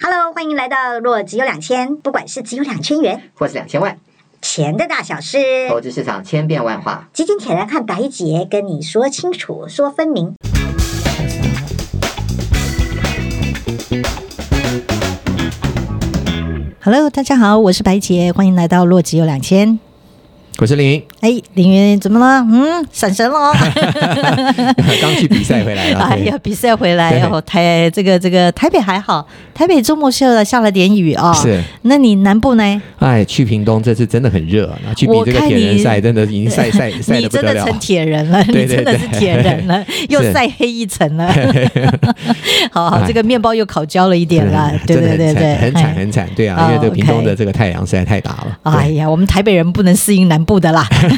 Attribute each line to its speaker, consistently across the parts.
Speaker 1: Hello，欢迎来到若只有两千，不管是只有两千元，
Speaker 2: 或是两千万，
Speaker 1: 钱的大小事，
Speaker 2: 投资市场千变万化。
Speaker 1: 基金铁人和白姐跟你说清楚，说分明。
Speaker 3: Hello，大家好，我是白姐，欢迎来到洛吉有两千。
Speaker 4: 我是林，
Speaker 3: 哎，林云怎么了？嗯，闪神了哦。
Speaker 4: 刚去比赛回来了。
Speaker 3: 哎呀，比赛回来哦，台这个这个台北还好，台北周末下了下了点雨哦。
Speaker 4: 是，
Speaker 3: 那你南部呢？
Speaker 4: 哎，去屏东这次真的很热啊，那去比这个铁人赛，真的 已经晒晒晒
Speaker 3: 你
Speaker 4: 的不
Speaker 3: 真
Speaker 4: 得
Speaker 3: 的
Speaker 4: 了
Speaker 3: 成。铁人了，
Speaker 4: 对
Speaker 3: 你真的
Speaker 4: 对
Speaker 3: 是
Speaker 4: 对
Speaker 3: 铁人 了，又
Speaker 4: 是哎
Speaker 3: 晒黑一层 了。好好，这个面包又烤焦了一 点了，对
Speaker 4: 真的
Speaker 3: 对对
Speaker 4: 很惨
Speaker 3: 对，
Speaker 4: 很
Speaker 3: 哎
Speaker 4: 惨很惨，对啊，因为这
Speaker 3: 哦
Speaker 4: 个屏东
Speaker 3: OK
Speaker 4: 的这个太阳实在太大了，
Speaker 3: 哎呀，我们台北人不能适应南部的啦，
Speaker 4: 对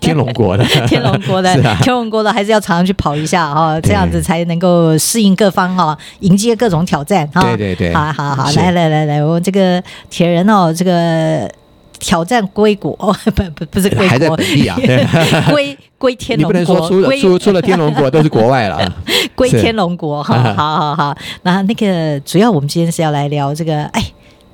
Speaker 4: 天龙国的
Speaker 3: 天龙国的、
Speaker 4: 是啊
Speaker 3: 天龙国的还是要常常去跑一下哈、
Speaker 4: 对
Speaker 3: 这样子才能够适应各方哈、迎接各种挑战哈、
Speaker 4: 对对对
Speaker 3: 好啊好啊好啊，
Speaker 4: 是
Speaker 3: 来来来来，我这个铁人哦，这个挑战归国 哦，不不不是归
Speaker 4: 还在
Speaker 3: 国
Speaker 4: 本，地啊，对
Speaker 3: 归归天
Speaker 4: 你
Speaker 3: 龙
Speaker 4: 不能说
Speaker 3: 国，
Speaker 4: 出 了
Speaker 3: 归
Speaker 4: 出出了天龙国都是国外了，
Speaker 3: 归
Speaker 4: 是
Speaker 3: 天龙国哈，好好好。那那个主要我们今天是要来聊这个，哎。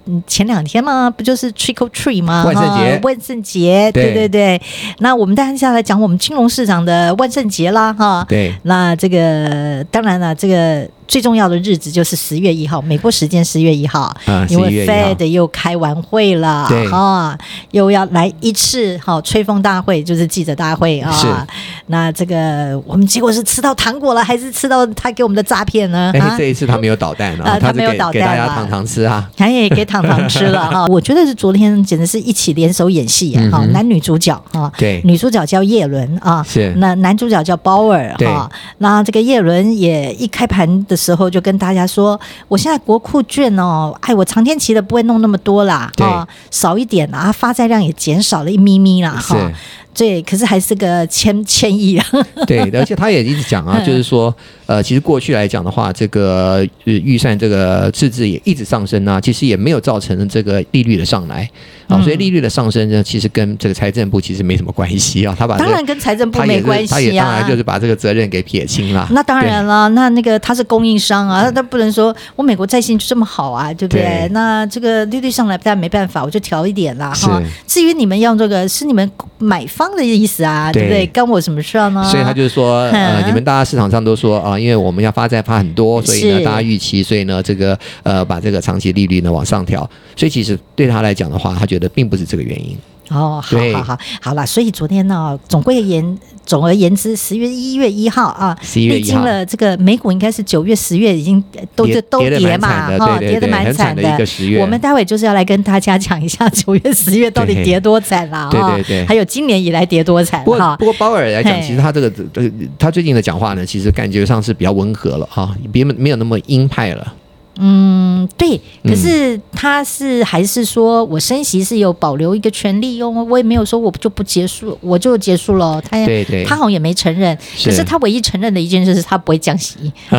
Speaker 3: 嗯，前两天嘛，不就是 Trick or Treat 吗？
Speaker 4: 万圣节
Speaker 3: 哈万圣节，对
Speaker 4: 对
Speaker 3: 对对。那我们当然是要来讲我们金融市场的万圣节啦，哈。
Speaker 4: 对
Speaker 3: 那这个当然了，这个最重要的日子就是十月一号，美国时间十月一号，
Speaker 4: 啊
Speaker 3: 因
Speaker 4: 11
Speaker 3: 为
Speaker 4: 月1号
Speaker 3: Fed 又开完会了，
Speaker 4: 对
Speaker 3: 哈，又要来一次哈、吹风大会，就是记者大会
Speaker 4: 是
Speaker 3: 啊。那这个我们结果是吃到糖果了，还是吃到他给我们的诈骗呢？
Speaker 4: 哎
Speaker 3: 啊，
Speaker 4: 这一次他没有导弹
Speaker 3: 呃
Speaker 4: 啊，
Speaker 3: 他
Speaker 4: 是
Speaker 3: 没有
Speaker 4: 给
Speaker 3: 导
Speaker 4: 给
Speaker 3: 弹
Speaker 4: 大家
Speaker 3: 了
Speaker 4: 糖糖吃啊，
Speaker 3: 哎，也给糖糖吃了 哈，我觉得是昨天简直是一起联手演戏啊
Speaker 4: 嗯
Speaker 3: 哈、
Speaker 4: 哼
Speaker 3: 男女主角哈，
Speaker 4: 对
Speaker 3: 女主角叫叶伦啊，
Speaker 4: 是
Speaker 3: 那男主角叫鲍尔
Speaker 4: 对
Speaker 3: 哈，那这个叶伦也一开盘的时候就跟大家说，我现在国库券哦，哎，我长天期的不会弄那么多啦，
Speaker 4: 对
Speaker 3: 啊，少一点啊，发债量也减少了一咪咪啦
Speaker 4: 是
Speaker 3: 哈，对，可是还是个千千亿啊，
Speaker 4: 对，而且他也一直讲
Speaker 3: 嗯
Speaker 4: 啊，就是说，呃，其实过去来讲的话，这个呃预算这个赤字也一直上升啊，其实也没有造成这个利率的上来啊，
Speaker 3: 嗯
Speaker 4: 所以利率的上升呢，其实跟这个财政部其实没什么关系啊，他把 这
Speaker 3: 当
Speaker 4: 个
Speaker 3: 然跟财政部
Speaker 4: 他也
Speaker 3: 没
Speaker 4: 是
Speaker 3: 关
Speaker 4: 他也
Speaker 3: 系
Speaker 4: 当
Speaker 3: 啊
Speaker 4: 然就。是把这个责任给撇清了。
Speaker 3: 那当然了，那那个他是供应商啊，他不能说我美国在线就这么好啊，对不对？
Speaker 4: 嗯对
Speaker 3: 那这个利率上来，但没办法，我就调一点啦
Speaker 4: 是
Speaker 3: 哈。至于你们要这个，是你们买方的意思啊，对
Speaker 4: 对
Speaker 3: 不对？干我什么事儿呢？
Speaker 4: 所以他就是说，呃，
Speaker 3: 嗯
Speaker 4: 你们大家市场上都说啊、因为我们要发债发很多，所以呢，
Speaker 3: 是
Speaker 4: 大家预期，所以呢，这个呃，把这个长期利率呢往上调。所以其实对他来讲的话，他觉得并不是这个原因。
Speaker 3: 哦，好
Speaker 4: 对
Speaker 3: 好好，好啦。所以昨天呢，总归言总而言之，十月一月一号啊，
Speaker 4: 11月
Speaker 3: 历经
Speaker 4: 1号
Speaker 3: 了这个美股应该是九月十月已经呃都
Speaker 4: 跌
Speaker 3: 都
Speaker 4: 跌得
Speaker 3: 跌
Speaker 4: 蛮
Speaker 3: 嘛
Speaker 4: 惨的
Speaker 3: 哈，
Speaker 4: 对对
Speaker 3: 跌得
Speaker 4: 对
Speaker 3: 蛮
Speaker 4: 很
Speaker 3: 惨
Speaker 4: 惨的一个10月
Speaker 3: 我们待会就是要来跟大家讲一下九月十月到底
Speaker 4: 对
Speaker 3: 跌多惨啦
Speaker 4: 对
Speaker 3: 哈
Speaker 4: 对对
Speaker 3: 还有今年以来跌多惨
Speaker 4: 不过
Speaker 3: 哈
Speaker 4: 不。过鲍尔来讲，
Speaker 3: 嘿
Speaker 4: 其实他这个呃他最近的讲话呢，其实感觉上是比较温和了啊，别没有那么鹰派了。
Speaker 3: 嗯，对，可是他是还是说我升息是有保留一个权利哦，我也没有说我就不结束，我就结束了哦。他也
Speaker 4: 对对
Speaker 3: 他好像也没承认，
Speaker 4: 是
Speaker 3: 可是他唯一承认的一件事是他不会降息。
Speaker 4: 这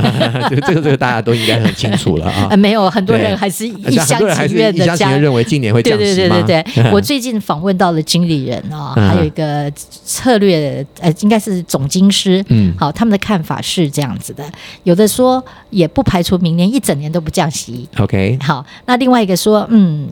Speaker 4: 个这个这个大家都应该很清楚了啊
Speaker 3: 呃，。没有，很多
Speaker 4: 对
Speaker 3: 人还是一
Speaker 4: 很
Speaker 3: 厢
Speaker 4: 多人还是
Speaker 3: 情愿
Speaker 4: 一
Speaker 3: 的
Speaker 4: 厢情
Speaker 3: 加
Speaker 4: 愿。认为今年会
Speaker 3: 对
Speaker 4: 降息
Speaker 3: 对对
Speaker 4: 吗
Speaker 3: 对对， 我最近访问到了经理人啊、
Speaker 4: 嗯
Speaker 3: 还有一个策略呃，应该是总经师，
Speaker 4: 嗯
Speaker 3: 好，他们的看法是这样子的，有的说也不排除明年一整年都不降息，
Speaker 4: OK，
Speaker 3: 好，那另外一个说，嗯，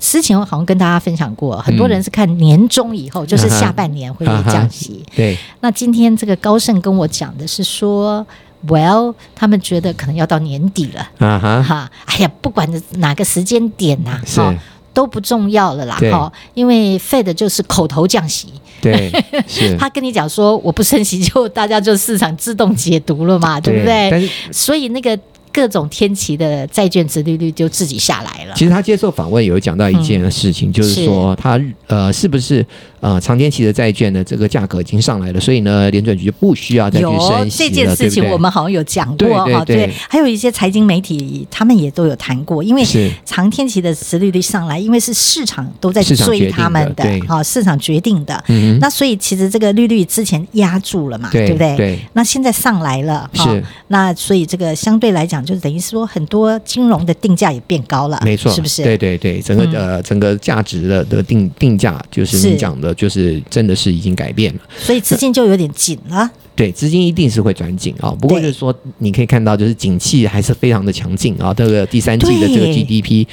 Speaker 3: 之前我好像跟大家分享过，很多人是看年终以后，就是下半年会有降息，
Speaker 4: 对，
Speaker 3: 那今天这个高盛跟我讲的是说，Well，他们觉得可能要到年底了。
Speaker 4: 啊哈，
Speaker 3: 哈，哎呀，不管哪个时间点呐、
Speaker 4: 是
Speaker 3: 哈都不重要了啦，
Speaker 4: 对
Speaker 3: 哈，因为 Fed 就是口头降息，
Speaker 4: 对，是，
Speaker 3: 他跟你讲说我不升息就，大家就市场自动解读了嘛，对不
Speaker 4: 但
Speaker 3: 对？
Speaker 4: 是
Speaker 3: 所以那个各种天期的债券值利率就自己下来了。
Speaker 4: 其实他接受访问有讲到一件事
Speaker 3: 嗯
Speaker 4: 情，就是说他呃是不是呃长天期的债券呢这个价格已经上来了，所以呢联准局就不需要再去
Speaker 3: 有
Speaker 4: 升息
Speaker 3: 这
Speaker 4: 了，
Speaker 3: 件事
Speaker 4: 对不
Speaker 3: 情，
Speaker 4: 对
Speaker 3: 我们好像有讲过
Speaker 4: 对对
Speaker 3: 哈，
Speaker 4: 对
Speaker 3: 对，还有一些财经媒体他们也都有谈过，因为
Speaker 4: 是
Speaker 3: 长天期的殖利率上来，因为是市场都在
Speaker 4: 市场决
Speaker 3: 追
Speaker 4: 定
Speaker 3: 他们
Speaker 4: 的对
Speaker 3: 哈，市场决定的
Speaker 4: 嗯哼，
Speaker 3: 那所以其实这个利率之前压住了嘛，
Speaker 4: 对
Speaker 3: 不对？
Speaker 4: 对
Speaker 3: 那现在上来了，哈
Speaker 4: 是
Speaker 3: 那所以这个相对来讲，就等于说很多金融的定价也变高了，
Speaker 4: 没错，
Speaker 3: 是不嗯是？
Speaker 4: 对对对，整个、呃整个价值的的定定价，就是
Speaker 3: 是
Speaker 4: 你讲的，就是真的是已经改变了。
Speaker 3: 所以资金就有点紧了，
Speaker 4: 对，资金一定是会转紧啊。不过就是说，你可以看到，就是景气还是非常的强劲啊。这个第三季的这个
Speaker 3: 对
Speaker 4: GDP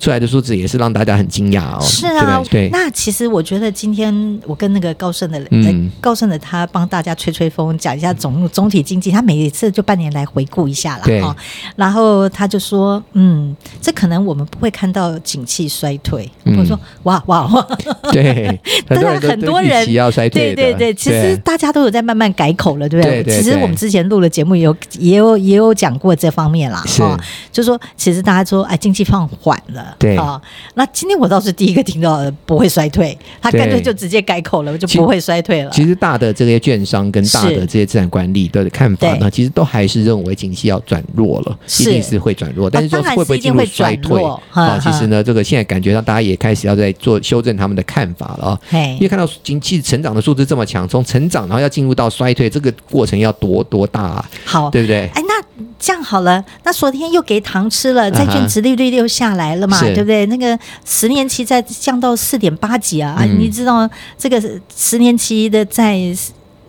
Speaker 4: 出来的数字也是让大家很惊讶哦。
Speaker 3: 是
Speaker 4: 对
Speaker 3: 啊
Speaker 4: 不，对，对
Speaker 3: 那其实我觉得今天我跟那个高盛的，
Speaker 4: 嗯
Speaker 3: 呃高盛的他帮大家吹吹风，讲一下总总体经济，他每一次就半年来回顾一下啦。
Speaker 4: 对
Speaker 3: 哦，然后他就说，嗯，这可能我们不会看到景气衰退。
Speaker 4: 嗯
Speaker 3: 我说，哇哇哇，
Speaker 4: 对，很
Speaker 3: 但
Speaker 4: 多人
Speaker 3: 是
Speaker 4: 都
Speaker 3: 很多
Speaker 4: 都预
Speaker 3: 人
Speaker 4: 期要衰退
Speaker 3: 对
Speaker 4: 的，
Speaker 3: 对对，其实大家都有在慢慢改口了，对不
Speaker 4: 对对
Speaker 3: 其实
Speaker 4: 对
Speaker 3: 我们之前录了节目也有也有也有讲过这方面啦，
Speaker 4: 是
Speaker 3: 哦，就说其实大家说哎经济放缓了，
Speaker 4: 对
Speaker 3: 啊，那今天我倒是第一个听到的不会衰退，他干脆
Speaker 4: 对
Speaker 3: 就直接改口了，就
Speaker 4: 其
Speaker 3: 不会衰退了。
Speaker 4: 其实大的这些券商跟大的
Speaker 3: 是
Speaker 4: 这些资产管理的看法呢，
Speaker 3: 对
Speaker 4: 其实都还是认为景气要转弱了，
Speaker 3: 是
Speaker 4: 一定是会转弱，但是说
Speaker 3: 当然
Speaker 4: 会不会进入衰
Speaker 3: 是一定会
Speaker 4: 退
Speaker 3: 转弱
Speaker 4: 啊？
Speaker 3: 嗯
Speaker 4: 其实呢，这个现在感觉到大家也开始要在做修正他们的看法了啊。
Speaker 3: 嘿
Speaker 4: 因为看到经济成长的数字这么强，从成长然后要进入到衰退，这个过程要多多大、啊，
Speaker 3: 好，
Speaker 4: 对不对？
Speaker 3: 哎，那这样好了，那昨天又给糖吃了，债
Speaker 4: 啊哈
Speaker 3: 券值利率又下来了嘛，
Speaker 4: 是
Speaker 3: 对不对？那个十年期再降到四点八几啊，啊
Speaker 4: 嗯
Speaker 3: 你知道这个十年期的债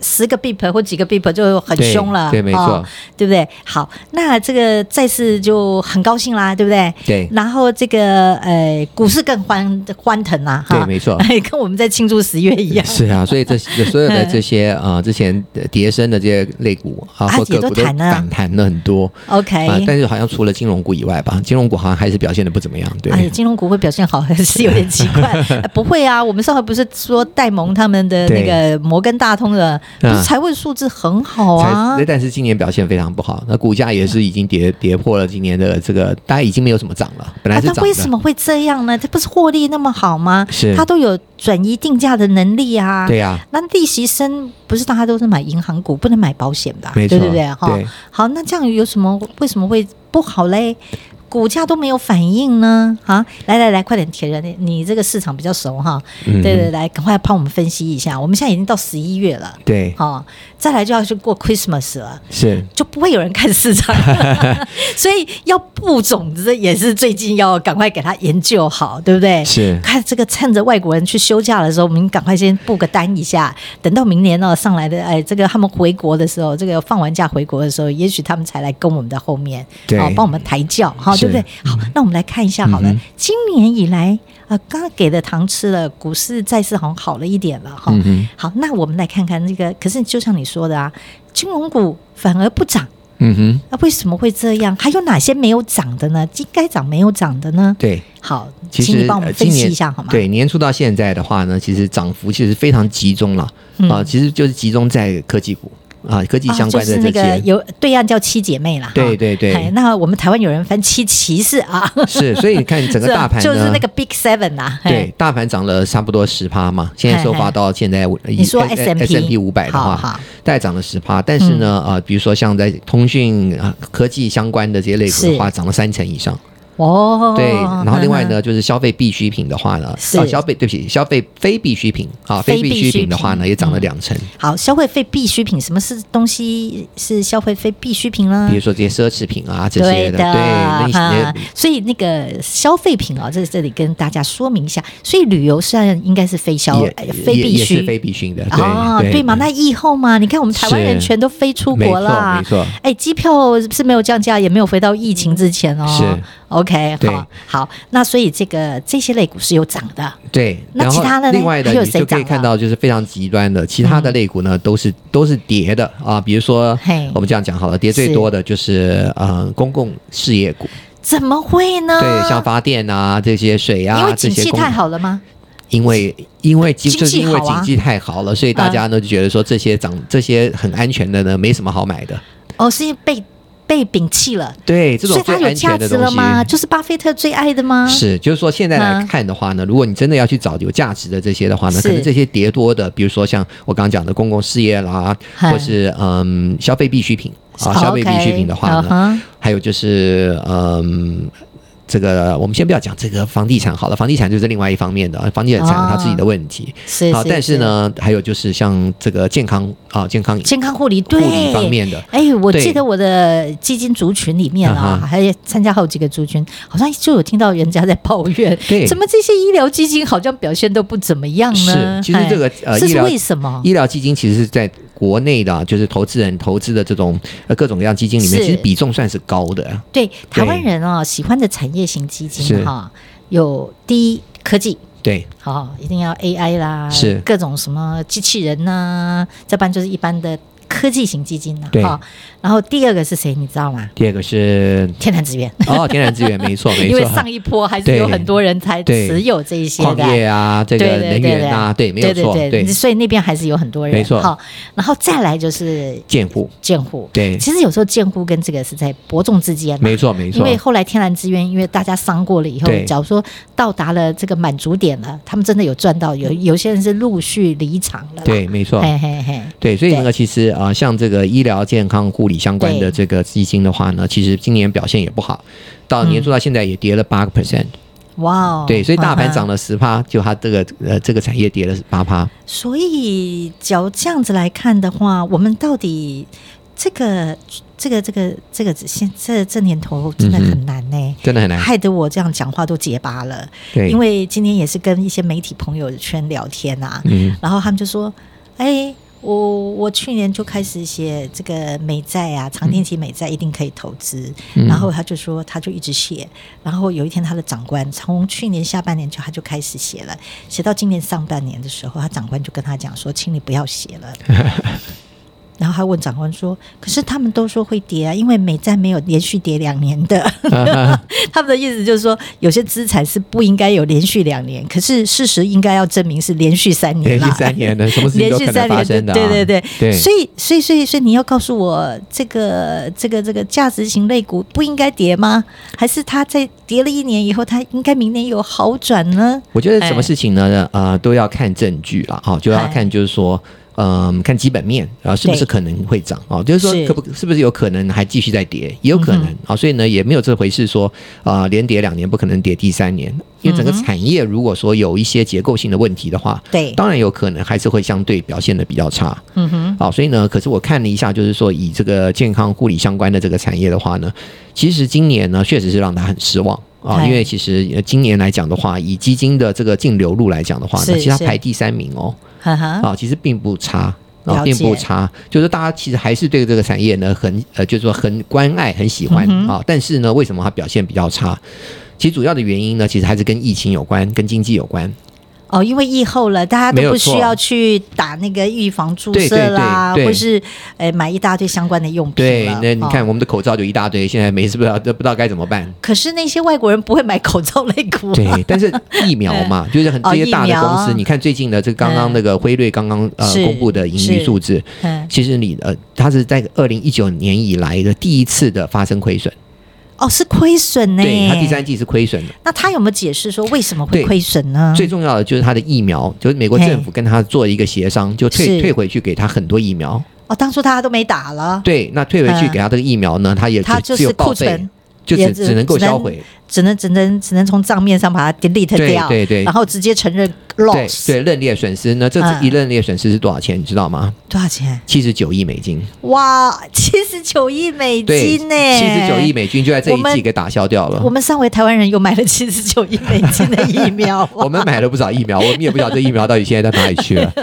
Speaker 3: 十个 bip 或几个 bip 就很
Speaker 4: 对
Speaker 3: 凶了，
Speaker 4: 对没
Speaker 3: 哦
Speaker 4: 错，
Speaker 3: 对不对？好，那这个债市就很高兴啦，对不对？
Speaker 4: 对
Speaker 3: 然后这个呃，股市更欢欢腾啦，哈，
Speaker 4: 对没错
Speaker 3: 跟我们在庆祝十月一样，
Speaker 4: 是 啊，所以这这所有的这些啊、呃之前跌升的这些类股啊
Speaker 3: 啊
Speaker 4: 或
Speaker 3: 也
Speaker 4: 个
Speaker 3: 都
Speaker 4: 股都
Speaker 3: 弹了哎
Speaker 4: 反弹了很多
Speaker 3: OK
Speaker 4: 啊，但是好像除了金融股以外吧，金融股好像还是表现的不怎么样，对。
Speaker 3: 哎，金融股会表现好， 还是有点奇 怪。哎不会啊，我们上回不是说戴蒙他们的那个摩根大通的，不
Speaker 4: 嗯
Speaker 3: 是财务数字很好啊
Speaker 4: 才，？但是今年表现非常不好，那股价也是已经跌跌破了今年的这个，大家已经没有什么涨了，本
Speaker 3: 嗯
Speaker 4: 来
Speaker 3: 啊
Speaker 4: 是
Speaker 3: 那
Speaker 4: 涨的。
Speaker 3: 为什么会这样呢？它不是获利那么好吗？
Speaker 4: 是
Speaker 3: 它都有转移定价的能力啊。
Speaker 4: 对呀、
Speaker 3: 那利息升，不是大家都是买银行股，不能买保险的啊、
Speaker 4: 没错
Speaker 3: 对不对？哈
Speaker 4: 对，
Speaker 3: 好，那这样有什么？为什么会不好嘞？股价都没有反应呢？啊，来来来，快点，铁人，你这个市场比较熟哈，
Speaker 4: 嗯
Speaker 3: 对对，来，赶快帮我们分析一下。我们现在已经到十一月了，
Speaker 4: 对，
Speaker 3: 哦，再来就要去过 Christmas 了。
Speaker 4: 是
Speaker 3: 就不会有人看市场，所以要布种子也是最近要赶快给他研究好，对不对？
Speaker 4: 是
Speaker 3: 看这个趁着外国人去休假的时候，我们赶快先布个单一下，等到明年呢、上来的，哎，这个他们回国的时候，这个放完假回国的时候，也许他们才来跟我们的后面，
Speaker 4: 对
Speaker 3: 好、帮我们抬轿，好、
Speaker 4: 是
Speaker 3: 对不对？好，那我们来看一下好了，
Speaker 4: 嗯哼
Speaker 3: 今年以来啊、呃刚刚给的糖吃了，股市再次好像好了一点了哈、
Speaker 4: 嗯哼
Speaker 3: 好，那我们来看看这个，可是就像你说的啊，金融股反而不涨。
Speaker 4: 嗯哼，
Speaker 3: 啊，为什么会这样？还有哪些没有涨的呢？应该涨没有涨的呢？
Speaker 4: 对。
Speaker 3: 好，
Speaker 4: 其
Speaker 3: 请你
Speaker 4: 实
Speaker 3: 帮我
Speaker 4: 呃
Speaker 3: 们
Speaker 4: 今
Speaker 3: 分析
Speaker 4: 年
Speaker 3: 一下好吗？，
Speaker 4: 对年初到现在的话呢，其实涨幅其实非常集中了
Speaker 3: 嗯
Speaker 4: 啊，其实就是集中在科技股啊，科技
Speaker 3: 啊
Speaker 4: 相关的
Speaker 3: 就是
Speaker 4: 这
Speaker 3: 那个
Speaker 4: 些。
Speaker 3: 有对岸叫七姐妹啦。
Speaker 4: 对
Speaker 3: 哈
Speaker 4: 对对
Speaker 3: 哎那我们台湾有人翻七骑士啊，
Speaker 4: 是，所以你看整个
Speaker 3: 是啊
Speaker 4: 大盘呢，
Speaker 3: 就是那个 Big Seven 呐、啊。
Speaker 4: 对，大盘涨了差不多十趴嘛，现在收
Speaker 3: 嘿
Speaker 4: 发
Speaker 3: 嘿
Speaker 4: 到现在，
Speaker 3: 哎你说 S&P
Speaker 4: 哎 S M P 五百的
Speaker 3: 好嗯
Speaker 4: 话
Speaker 3: 好，
Speaker 4: 大概涨了十趴，但是呢，啊，比如说像在通讯啊、科技相关的这些类股的话，涨了三成以上。
Speaker 3: 嘿哦，
Speaker 4: 对，然后另外
Speaker 3: 嗯，
Speaker 4: 呢，就是消费必需品的话呢，
Speaker 3: 是
Speaker 4: 啊，消费对不起，消费非必需品啊，
Speaker 3: 非
Speaker 4: 非必
Speaker 3: 必
Speaker 4: 需
Speaker 3: 需
Speaker 4: 品的话呢，
Speaker 3: 品
Speaker 4: 也涨了
Speaker 3: 嗯
Speaker 4: 两成。
Speaker 3: 好，消费非必需品，什么是东西是消费非必需品呢
Speaker 4: 比如？说这些奢侈品啊，这
Speaker 3: 嗯
Speaker 4: 些
Speaker 3: 对
Speaker 4: 的，
Speaker 3: 的，
Speaker 4: 对，那
Speaker 3: 哈
Speaker 4: 些
Speaker 3: 所以那个消费品啊、在这里跟大家说明一下，所以旅游虽然应该是非消
Speaker 4: 也
Speaker 3: 呃
Speaker 4: 也
Speaker 3: 非必
Speaker 4: 也是
Speaker 3: 须，
Speaker 4: 非必需的，
Speaker 3: 啊，
Speaker 4: 对
Speaker 3: 对嘛？那疫后嘛，你看我们台湾人
Speaker 4: 是
Speaker 3: 全都飞出国了，
Speaker 4: 没错没错
Speaker 3: 哎，机票是没有降价，也没有回到疫情之前哦。
Speaker 4: 是
Speaker 3: OK，
Speaker 4: 对
Speaker 3: 好，好，那所以这个这些类股是有涨的，
Speaker 4: 对，
Speaker 3: 那
Speaker 4: 然
Speaker 3: 其
Speaker 4: 后
Speaker 3: 他的嘞
Speaker 4: 另外的
Speaker 3: 还有
Speaker 4: 你
Speaker 3: 谁啊
Speaker 4: 就可以
Speaker 3: 涨
Speaker 4: 看
Speaker 3: 了
Speaker 4: 到，就是非常极端的，其他的类股呢都是都是跌的啊。比如说
Speaker 3: 嘿，
Speaker 4: 我们这样讲好了，跌最
Speaker 3: 是
Speaker 4: 多的就是呃公共事业股，
Speaker 3: 怎么会呢？
Speaker 4: 对，像发电啊这些水
Speaker 3: 因
Speaker 4: 啊
Speaker 3: 为
Speaker 4: 这
Speaker 3: 景
Speaker 4: 些
Speaker 3: 气
Speaker 4: 工
Speaker 3: 太，好了吗？
Speaker 4: 因为因为就
Speaker 3: 经
Speaker 4: 就是
Speaker 3: 济
Speaker 4: 因为
Speaker 3: 好啊
Speaker 4: 经济太好了，所以大家呢就觉得说这些涨这些很安全的呢没什么好买的，
Speaker 3: 哦，是被被摒弃了，
Speaker 4: 对，哎这
Speaker 3: 所以
Speaker 4: 种
Speaker 3: 它
Speaker 4: 最
Speaker 3: 有
Speaker 4: 安
Speaker 3: 价
Speaker 4: 全的
Speaker 3: 值
Speaker 4: 东
Speaker 3: 了
Speaker 4: 西。
Speaker 3: 吗？就是巴菲特最爱的吗？
Speaker 4: 是，就是说现在来
Speaker 3: 嗯
Speaker 4: 看的话呢，如果你真的要去找有价值的这些的话呢，可能
Speaker 3: 是
Speaker 4: 这些叠多的，比如说像我刚刚讲的公共事业啦，
Speaker 3: 嗨哦
Speaker 4: 或是嗯消费必需品啊，消费必需品的话
Speaker 3: OK，
Speaker 4: 呢
Speaker 3: 嗯哼，
Speaker 4: 还有就是嗯。这个我们先不要讲这个房地产好了，房地产就是另外一方面的，房地产有它自
Speaker 3: 哦
Speaker 4: 己的问题。
Speaker 3: 是
Speaker 4: 啊好，但是，呢，还有就是像这个健康啊，健康
Speaker 3: 健康护理
Speaker 4: 护
Speaker 3: 对
Speaker 4: 理方面的，
Speaker 3: 哎，我
Speaker 4: 对
Speaker 3: 记得我的基金族群里面
Speaker 4: 嗯
Speaker 3: 啊，
Speaker 4: 哼
Speaker 3: 还有参加好几个族群，好像就有听到人家在抱怨，
Speaker 4: 对
Speaker 3: 怎么这些医疗基金好像表现都不怎么样
Speaker 4: 是
Speaker 3: 呢？
Speaker 4: 其实这个
Speaker 3: 哎
Speaker 4: 呃
Speaker 3: 这
Speaker 4: 医
Speaker 3: 是
Speaker 4: 疗
Speaker 3: 为什么？
Speaker 4: 医疗基金其实是在国内的啊、就是投资人投资的这种呃各种各样基金里面，
Speaker 3: 是
Speaker 4: 其实比重算是高的。
Speaker 3: 对台湾人哦，喜欢的产业型基金
Speaker 4: 是
Speaker 3: 哈、有第一科技。
Speaker 4: 对，
Speaker 3: 好、一定要 AI 啦，
Speaker 4: 是
Speaker 3: 各种什么机器人呐、再不然就是一般的科技型基金呐、
Speaker 4: 对
Speaker 3: 哈然后第二个是谁，你知道吗？
Speaker 4: 第二个是
Speaker 3: 天然资源，
Speaker 4: 哦，天然资源，没错，没错。
Speaker 3: 因为上一波还是有
Speaker 4: 对
Speaker 3: 很多人才
Speaker 4: 对
Speaker 3: 持有这一些
Speaker 4: 矿
Speaker 3: 的。
Speaker 4: 业啊，这个
Speaker 3: 对对
Speaker 4: 能
Speaker 3: 对
Speaker 4: 源啊，对，没有
Speaker 3: 对
Speaker 4: 错，
Speaker 3: 对对，所以那边还是有很多人，
Speaker 4: 没错
Speaker 3: 好，然后再来就是
Speaker 4: 建户，
Speaker 3: 建户，
Speaker 4: 对
Speaker 3: 其实有时候建户跟这个是在伯仲之间嘛，
Speaker 4: 没错，没
Speaker 3: 因
Speaker 4: 错，
Speaker 3: 为后来天然资源，因为大家伤过了以后
Speaker 4: 对，
Speaker 3: 假如说到达了这个满足点了，他们真的有赚到，有有些人是陆续离场了啦，
Speaker 4: 对，没错。
Speaker 3: 嘿嘿嘿，
Speaker 4: 对，所以那
Speaker 3: 哎对
Speaker 4: 个其实啊、呃像这个医疗健康护理相关
Speaker 3: 对
Speaker 4: 的这个基金的话呢，其实今年表现也不好，到年初到现在也跌了八个 percent。
Speaker 3: 哇哦，
Speaker 4: 对，所以大盘
Speaker 3: 嗯
Speaker 4: 涨
Speaker 3: 哼，
Speaker 4: 了十趴，就它这个呃这个产业跌了八趴。
Speaker 3: 所以假如这样子来看的话，我们到底这个这个这个这个现这这年头真的很难呢、
Speaker 4: 真的很难。
Speaker 3: 害得我这样讲话都结巴了，
Speaker 4: 哎对，
Speaker 3: 因为今天也是跟一些媒体朋友圈聊天啊，
Speaker 4: 嗯，
Speaker 3: 然后他们就说：“哎，我我去年就开始写这个美债啊，长天期美债一定可以投资。
Speaker 4: 嗯
Speaker 3: 然后他就说，他就一直写。然后有一天，他的长官从去年下半年就他就开始写了，写到今年上半年的时候，他长官就跟他讲说：‘请你不要写了。’ 然后他问长官说：‘可是他们都说会跌啊，因为美债没有连续跌两年 的。’他们的意思就是说，有些资产是不应该有连续两年，可是事实应该要证明是连续三年
Speaker 4: 连
Speaker 3: 啦。
Speaker 4: 续三 年的，什么事情
Speaker 3: 连
Speaker 4: 都
Speaker 3: 续
Speaker 4: 可
Speaker 3: 三
Speaker 4: 能发
Speaker 3: 年
Speaker 4: 生的、啊。
Speaker 3: 对对对
Speaker 4: 对
Speaker 3: 所以所以所以所以你要告诉我，这个这个这个价值型类股不应该跌吗？还是它在跌了一年以后，它应该明年有好转呢？
Speaker 4: 我觉得什么事情呢？呃，都要看证据啦，哦，就要看就是说，嗯、看基本面啊，是不是
Speaker 3: 哎对
Speaker 4: 可能会涨哦？就是说
Speaker 3: 是，嗯
Speaker 4: 可不是不是有可能还继续在跌，也有可能啊、哦所以呢，也没有这回事说啊、连跌两年不可能跌第三年，因
Speaker 3: 嗯
Speaker 4: 为整个产业如果说有一些结构性的问题的话，
Speaker 3: 对
Speaker 4: 当然有可能还是会相对表现的比较差。
Speaker 3: 嗯哼，
Speaker 4: 好、所以呢，可是我看了一下，就是说以这个健康护理相关的这个产业的话呢，其实今年呢确实是让他很失望啊，
Speaker 3: 哎
Speaker 4: 因为其实呃今年来讲的话，以基金的这个净流入来讲的话
Speaker 3: 是
Speaker 4: 呢，其实它
Speaker 3: 是
Speaker 4: 排第三名哦，
Speaker 3: 哈哈，
Speaker 4: 啊，其实并不差。啊，
Speaker 3: 了解
Speaker 4: 并不差，就是大家其实还是对这个产业呢很呃，就是说很关爱、很喜欢
Speaker 3: 嗯哼
Speaker 4: 啊。但是呢，为什么它表现比较差？其实主要的原因呢，其实还是跟疫情有关，跟经济有关。
Speaker 3: 哦，因为疫后了，大家
Speaker 4: 没
Speaker 3: 都
Speaker 4: 有
Speaker 3: 不
Speaker 4: 错
Speaker 3: 需要去打那个预防注
Speaker 4: 对对
Speaker 3: 射啦，
Speaker 4: 对对
Speaker 3: 或是呃买一大堆相关的用品
Speaker 4: 对
Speaker 3: 了，
Speaker 4: 那你
Speaker 3: 哦
Speaker 4: 看我们的口罩就一大堆，现在没事不知道都不知道该怎么办。
Speaker 3: 可是那些外国人不会买口罩类股、 啊，
Speaker 4: 对，但是疫 苗嘛，就是很这些大的公
Speaker 3: 哦疫
Speaker 4: 司，
Speaker 3: 苗嗯
Speaker 4: 你看最近的这个刚刚那个辉瑞刚刚呃
Speaker 3: 是
Speaker 4: 公布的盈余数字，
Speaker 3: 嗯，
Speaker 4: 其实你呃它是在二零一九年以来的第一次的发生亏损，
Speaker 3: 哦，是亏损呢、
Speaker 4: 对它第三季是亏损的。
Speaker 3: 那他有没有解释说为什么会
Speaker 4: 对
Speaker 3: 亏损呢？
Speaker 4: 最重要的就是它的疫苗，就是美国政府跟它做一个协商，就退
Speaker 3: 是
Speaker 4: 退回去给它很多疫苗。
Speaker 3: 哦，当初大家都没打了，
Speaker 4: 对，那退回去
Speaker 3: 嗯
Speaker 4: 给它这个疫苗呢，它也
Speaker 3: 它
Speaker 4: 只
Speaker 3: 就
Speaker 4: 只有
Speaker 3: 是
Speaker 4: 报
Speaker 3: 库
Speaker 4: 备
Speaker 3: 存，，
Speaker 4: 就
Speaker 3: 也
Speaker 4: 只只能够销毁。
Speaker 3: 只能只能只能从账面上把它 delete
Speaker 4: 对
Speaker 3: 掉，
Speaker 4: 对对
Speaker 3: 然后直接承认
Speaker 4: 对
Speaker 3: loss，
Speaker 4: 对，认列损失呢，这
Speaker 3: 嗯
Speaker 4: 一认列损失是多少钱？你知道吗？
Speaker 3: 多少钱？
Speaker 4: 七十九亿美金。
Speaker 3: 哇，七十九亿美
Speaker 4: 对，
Speaker 3: 金呢、
Speaker 4: 七十九亿。美金就在这
Speaker 3: 我
Speaker 4: 一
Speaker 3: 们
Speaker 4: 季给打消掉
Speaker 3: 我
Speaker 4: 了。
Speaker 3: 们上回台湾人又买了七十九亿美金的疫苗，啊
Speaker 4: 我们买了不少疫苗，我 们也不晓得这疫苗到底现在到哪里 去了。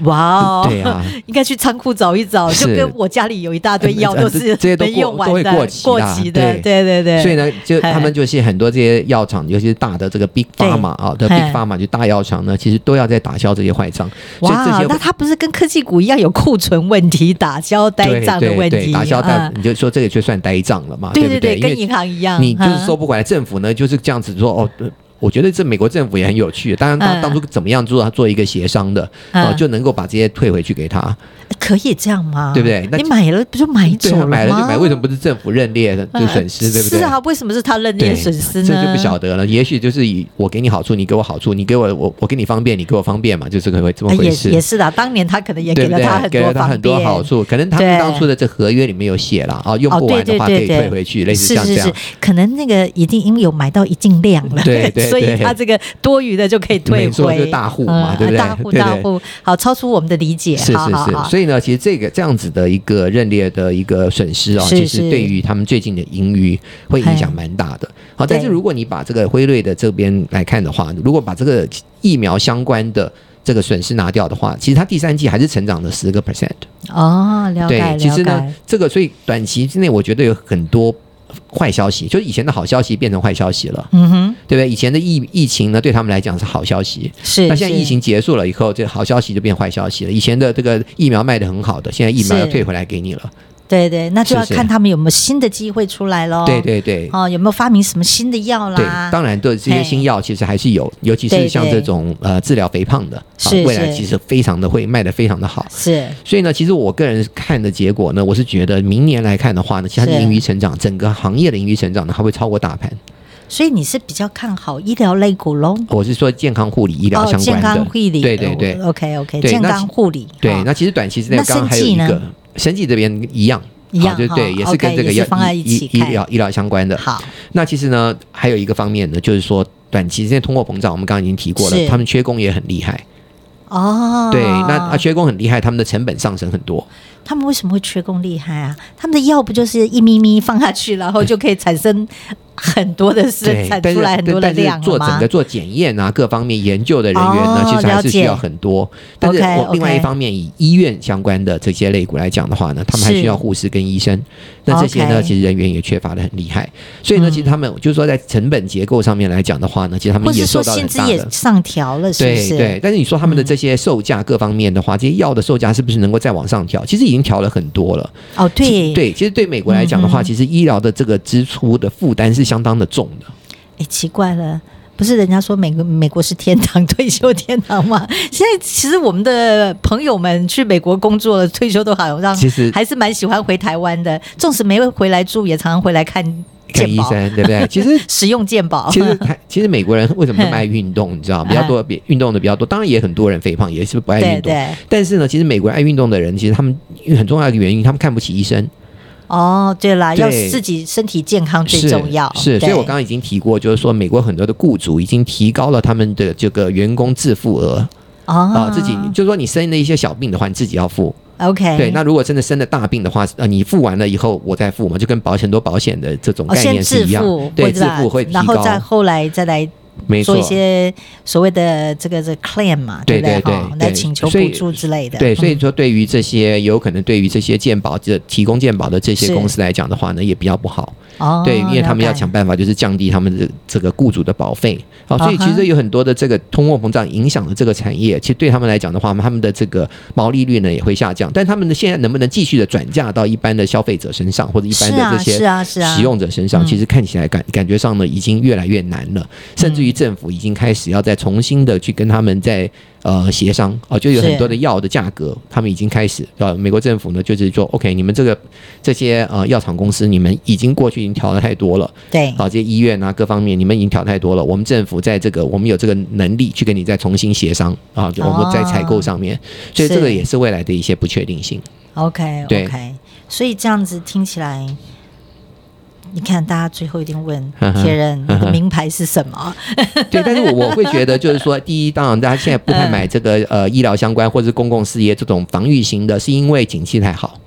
Speaker 3: 哇哦！
Speaker 4: 对啊，
Speaker 3: 应该去仓库找一找，
Speaker 4: 是
Speaker 3: 就跟我家里有一大堆药
Speaker 4: 嗯
Speaker 3: 都
Speaker 4: 这
Speaker 3: 是
Speaker 4: 这些都
Speaker 3: 没用
Speaker 4: 过
Speaker 3: 完
Speaker 4: 都会
Speaker 3: 的、
Speaker 4: 过期啦
Speaker 3: 的，
Speaker 4: 对
Speaker 3: 对对对。
Speaker 4: 所以呢，就
Speaker 3: 哎
Speaker 4: 他们就是很多这些药厂，尤其是大的这个 Big
Speaker 3: 对
Speaker 4: Pharma 啊的
Speaker 3: 哎
Speaker 4: Big Pharma 就大药厂呢，其实都要在打消这些坏账。所以这
Speaker 3: 哇
Speaker 4: 些，
Speaker 3: 那它不是跟科技股一样有库存问题、打消呆
Speaker 4: 对
Speaker 3: 账的问
Speaker 4: 对
Speaker 3: 题？啊
Speaker 4: 对打消贷
Speaker 3: 嗯，
Speaker 4: 你就说这个就算呆账了嘛，
Speaker 3: 对
Speaker 4: 不
Speaker 3: 对对，
Speaker 4: 因为
Speaker 3: 跟银行一样，
Speaker 4: 你就是收
Speaker 3: 嗯
Speaker 4: 不回来，政府呢就是这样子说哦。呃我觉得这美国政府也很有趣，当然他
Speaker 3: 嗯
Speaker 4: 当初怎么样做，他做一个协商的，
Speaker 3: 嗯
Speaker 4: 哦，就能够把这些退回去给他。
Speaker 3: 可以这样吗？
Speaker 4: 对不对那
Speaker 3: 你买哎了不就买走
Speaker 4: 对啊，
Speaker 3: 吗？
Speaker 4: 买了就买，为什么不是政府认列的
Speaker 3: 嗯
Speaker 4: 就损失，对不对？
Speaker 3: 是啊，为什么是他认
Speaker 4: 对，
Speaker 3: 列损失
Speaker 4: 这
Speaker 3: 呢？
Speaker 4: 就不晓得了。也许就是以我给你好处，你给我好处，你给我我我给你方便，你给我方便嘛，就这个会这么
Speaker 3: 哎
Speaker 4: 回
Speaker 3: 也
Speaker 4: 事，
Speaker 3: 也是的，当年他可能也
Speaker 4: 对
Speaker 3: 给
Speaker 4: 不
Speaker 3: 了他
Speaker 4: 对？
Speaker 3: 很
Speaker 4: 给
Speaker 3: 多
Speaker 4: 了他
Speaker 3: 方
Speaker 4: 很多
Speaker 3: 便
Speaker 4: 好处，可能他们
Speaker 3: 对
Speaker 4: 当初的这合约里面有写了啊，用
Speaker 3: 哦，
Speaker 4: 不
Speaker 3: 对
Speaker 4: 完的
Speaker 3: 对
Speaker 4: 话可
Speaker 3: 对
Speaker 4: 以
Speaker 3: 对，
Speaker 4: 退回去，类似像这
Speaker 3: 是是
Speaker 4: 样
Speaker 3: 是。，可能那个一定因为有买到一定量了，
Speaker 4: 对对
Speaker 3: 所以
Speaker 4: 对
Speaker 3: 它这个多余的就可以退
Speaker 4: 没错
Speaker 3: 回，
Speaker 4: 就大户嘛
Speaker 3: 嗯
Speaker 4: 对不对
Speaker 3: 大户
Speaker 4: 对对
Speaker 3: 大户，好，超出我们的理解，
Speaker 4: 是
Speaker 3: 好
Speaker 4: 是
Speaker 3: 好好
Speaker 4: 是，所以呢，其实这个这样子的一个认列的一个损失啊、
Speaker 3: 是
Speaker 4: 其
Speaker 3: 是哎
Speaker 4: 实对于他们最近的盈余会影响蛮大的。好，但是
Speaker 3: 对
Speaker 4: 如果你把这个辉瑞的这边来看的话，如果把这个疫苗相关的这个损失拿掉的话，其实它第三季还是成长了十个 percent。
Speaker 3: 哦，了解
Speaker 4: 对，
Speaker 3: 了
Speaker 4: 其实
Speaker 3: 解。
Speaker 4: 呢，这个所以短期之内，我觉得有很多坏消息，就是以前的好消息变成坏消息了，
Speaker 3: 嗯哼，
Speaker 4: 对不对？以前的疫疫情呢，对他们来讲是好消息，
Speaker 3: 是。
Speaker 4: 那现在
Speaker 3: 是
Speaker 4: 疫情结束了以后，这好消息就变坏消息了。以前的这个疫苗卖的很好的，现在疫苗
Speaker 3: 是
Speaker 4: 要退回来给你了。
Speaker 3: 对对，那就要
Speaker 4: 是是
Speaker 3: 看他们有没有新的机会出来喽。
Speaker 4: 对对对。
Speaker 3: 哦，有没有发明什么新的药
Speaker 4: 对
Speaker 3: 啦？，
Speaker 4: 当然，对这些新药其实还是有，尤其
Speaker 3: 对
Speaker 4: 是像
Speaker 3: 对
Speaker 4: 这种呃治疗肥胖的，啊
Speaker 3: 是
Speaker 4: 未来
Speaker 3: 是
Speaker 4: 其实非常的会卖的非常的好。
Speaker 3: 是
Speaker 4: 所以呢，其实我个人看的结果呢，我是觉得明年来看的话呢，其实它的
Speaker 3: 是
Speaker 4: 盈余成长，整个行业的盈余成长呢，它会超过大盘。
Speaker 3: 所以你是比较看好医疗类股喽？
Speaker 4: 我是说健康护理、医疗
Speaker 3: 哦，
Speaker 4: 相
Speaker 3: 健
Speaker 4: 关的，
Speaker 3: 康护理，
Speaker 4: 对对对
Speaker 3: ，OK OK，
Speaker 4: 对
Speaker 3: 健
Speaker 4: 那
Speaker 3: 康护理，
Speaker 4: 对
Speaker 3: 哦。
Speaker 4: 那其实短期之内，
Speaker 3: 那
Speaker 4: 刚刚还有
Speaker 3: 生
Speaker 4: 一
Speaker 3: 技呢
Speaker 4: 个生技这边一样，
Speaker 3: 一样
Speaker 4: 啊对
Speaker 3: 哈
Speaker 4: 对，也是
Speaker 3: OK，
Speaker 4: 跟这个
Speaker 3: 也是
Speaker 4: 药
Speaker 3: 放在
Speaker 4: 医
Speaker 3: 一起
Speaker 4: 医医
Speaker 3: 看
Speaker 4: 疗医疗相关的。
Speaker 3: 好，
Speaker 4: 那其实呢，还有一个方面呢，就是说短期之内通货膨胀，我们刚刚已经提过
Speaker 3: 是
Speaker 4: 了，他们缺工也很厉害。
Speaker 3: 哦，
Speaker 4: 对，那啊缺工很厉害，他们的成本上升很多。
Speaker 3: 他们为什么会缺工厉害啊？他们的药不就是一咪咪放下去，然后就可以产生很多的生
Speaker 4: 对，
Speaker 3: 产
Speaker 4: 但
Speaker 3: 出
Speaker 4: 是
Speaker 3: 来很多的
Speaker 4: 但
Speaker 3: 量
Speaker 4: 是做
Speaker 3: 了
Speaker 4: 整
Speaker 3: 吗
Speaker 4: 个？做检验啊，各方面研究的人员
Speaker 3: 哦
Speaker 4: 呢，其实还
Speaker 3: 了
Speaker 4: 是
Speaker 3: 解
Speaker 4: 需要很多。但是
Speaker 3: OK，OK
Speaker 4: 我另外一方面，以医院相关的这些类股来讲的话呢，他们还
Speaker 3: 是
Speaker 4: 需要护士跟医生。那这些呢，
Speaker 3: OK 嗯
Speaker 4: 其实人员也缺乏的很厉害。所以呢，其实他们就是说在成本结构上面来讲的话呢，其实他
Speaker 3: 或
Speaker 4: 们
Speaker 3: 者
Speaker 4: 也
Speaker 3: 说
Speaker 4: 受到了
Speaker 3: 薪
Speaker 4: 很
Speaker 3: 资
Speaker 4: 大
Speaker 3: 也
Speaker 4: 的。
Speaker 3: 上调了，是不
Speaker 4: 对
Speaker 3: 是？
Speaker 4: 对，但是你说他们的这些售价各方面的话，这些药的售价是不是能够再往上调？其实已经调了很多了。
Speaker 3: 哦，
Speaker 4: 其
Speaker 3: 对，
Speaker 4: 对，其实对美国来讲的话，
Speaker 3: 嗯哼
Speaker 4: 其实医疗的这个支出的负担是相当的重的。
Speaker 3: 哎，奇怪了。不是人家说美国美国是天堂，退休天堂吗？ 现在其实我们的朋友们去美国工作了，退休都好像
Speaker 4: 其实
Speaker 3: 还是蛮喜欢回台湾的，纵使没回来住，也常常回来看
Speaker 4: 看
Speaker 3: 健
Speaker 4: 医
Speaker 3: 保、 哦
Speaker 4: 生，对不对？其实
Speaker 3: 使用健保。
Speaker 4: 其实台其实美国人为什么那么爱运动？你知道吗比较多，比运动的比较多。当然也很多人肥胖，也是不 爱
Speaker 3: 对
Speaker 4: 运动。
Speaker 3: 对，
Speaker 4: 但是呢，其实美国人爱运动的人，其实他们很重要的原因，他们看不起医生，
Speaker 3: 哦，对啦，
Speaker 4: 对
Speaker 3: 要自己身体健康最
Speaker 4: 是
Speaker 3: 重要。
Speaker 4: 是，所以
Speaker 3: 对
Speaker 4: 我刚刚已经提过，就是说美国很多的雇主已经提高了他们的这个员工自付额啊、
Speaker 3: 哦
Speaker 4: 自己就是说你生了一些小病的话，你自己要付。
Speaker 3: OK
Speaker 4: 对，那如果真的生了大病的话，呃，你付完了以后我再付嘛，就跟保险很多保险的这种
Speaker 3: 哦
Speaker 4: 概
Speaker 3: 先
Speaker 4: 念是
Speaker 3: 自
Speaker 4: 一样，
Speaker 3: 付，
Speaker 4: 对，
Speaker 3: 或者
Speaker 4: 自付会提
Speaker 3: 然后再
Speaker 4: 高，
Speaker 3: 后来再来
Speaker 4: 没错
Speaker 3: 做一。些所谓的这个这个 claim 嘛，
Speaker 4: 对
Speaker 3: 不对？
Speaker 4: 对
Speaker 3: 哈
Speaker 4: 对，
Speaker 3: 来
Speaker 4: 对
Speaker 3: 请求
Speaker 4: 所
Speaker 3: 补
Speaker 4: 以
Speaker 3: 助之类的。
Speaker 4: 对，所
Speaker 3: 嗯
Speaker 4: 以说对于这些有可能对于这些健保这提供健保的这
Speaker 3: 是
Speaker 4: 些公司来讲的话呢，也比较不好。
Speaker 3: 哦，
Speaker 4: 对，因为他们要
Speaker 3: 了解
Speaker 4: 想办法就是降低他们的这个雇主的保费。好、所以其
Speaker 3: 啊哈
Speaker 4: 实有很多的这个通货膨胀影响了这个产业，其实对他们来讲的话，他们的这个毛利率呢也会下降。但他们的现在能不能继续的转嫁到一般的消费者身上，或者一般
Speaker 3: 是啊
Speaker 4: 的这
Speaker 3: 是
Speaker 4: 些
Speaker 3: 啊是啊
Speaker 4: 使用者身上，
Speaker 3: 嗯
Speaker 4: 其实看起来感感觉上呢已经越来越难了，甚
Speaker 3: 嗯
Speaker 4: 至于政府已经开始要再重新的去跟他们在。呃，协商啊、就有
Speaker 3: 是
Speaker 4: 很多的药的价格，他们已经开始呃，美国政府呢，就是说，OK，你们这个这些呃药厂公司，你们已经过去已经调的太多了，
Speaker 3: 对
Speaker 4: 好，这些医院啊各方面，你们已经调太多了。我们政府在这个，我们有这个能力去跟你再重新协商啊，就我们在采
Speaker 3: 哦
Speaker 4: 购上面，所以这个
Speaker 3: 是
Speaker 4: 也是未来的一些不确定性。
Speaker 3: ，OK
Speaker 4: 对
Speaker 3: OK，所以这样子听起来。你看，大家最后一定问
Speaker 4: 嗯哼
Speaker 3: 铁人，你
Speaker 4: 嗯
Speaker 3: 的
Speaker 4: 哼
Speaker 3: 名牌是什么？
Speaker 4: 对，但是我我会觉得就是说，第一，当然大家现在不太买 这个
Speaker 3: 嗯
Speaker 4: 呃医疗相关或者是公共事业这种防御型的，是因为景气太好。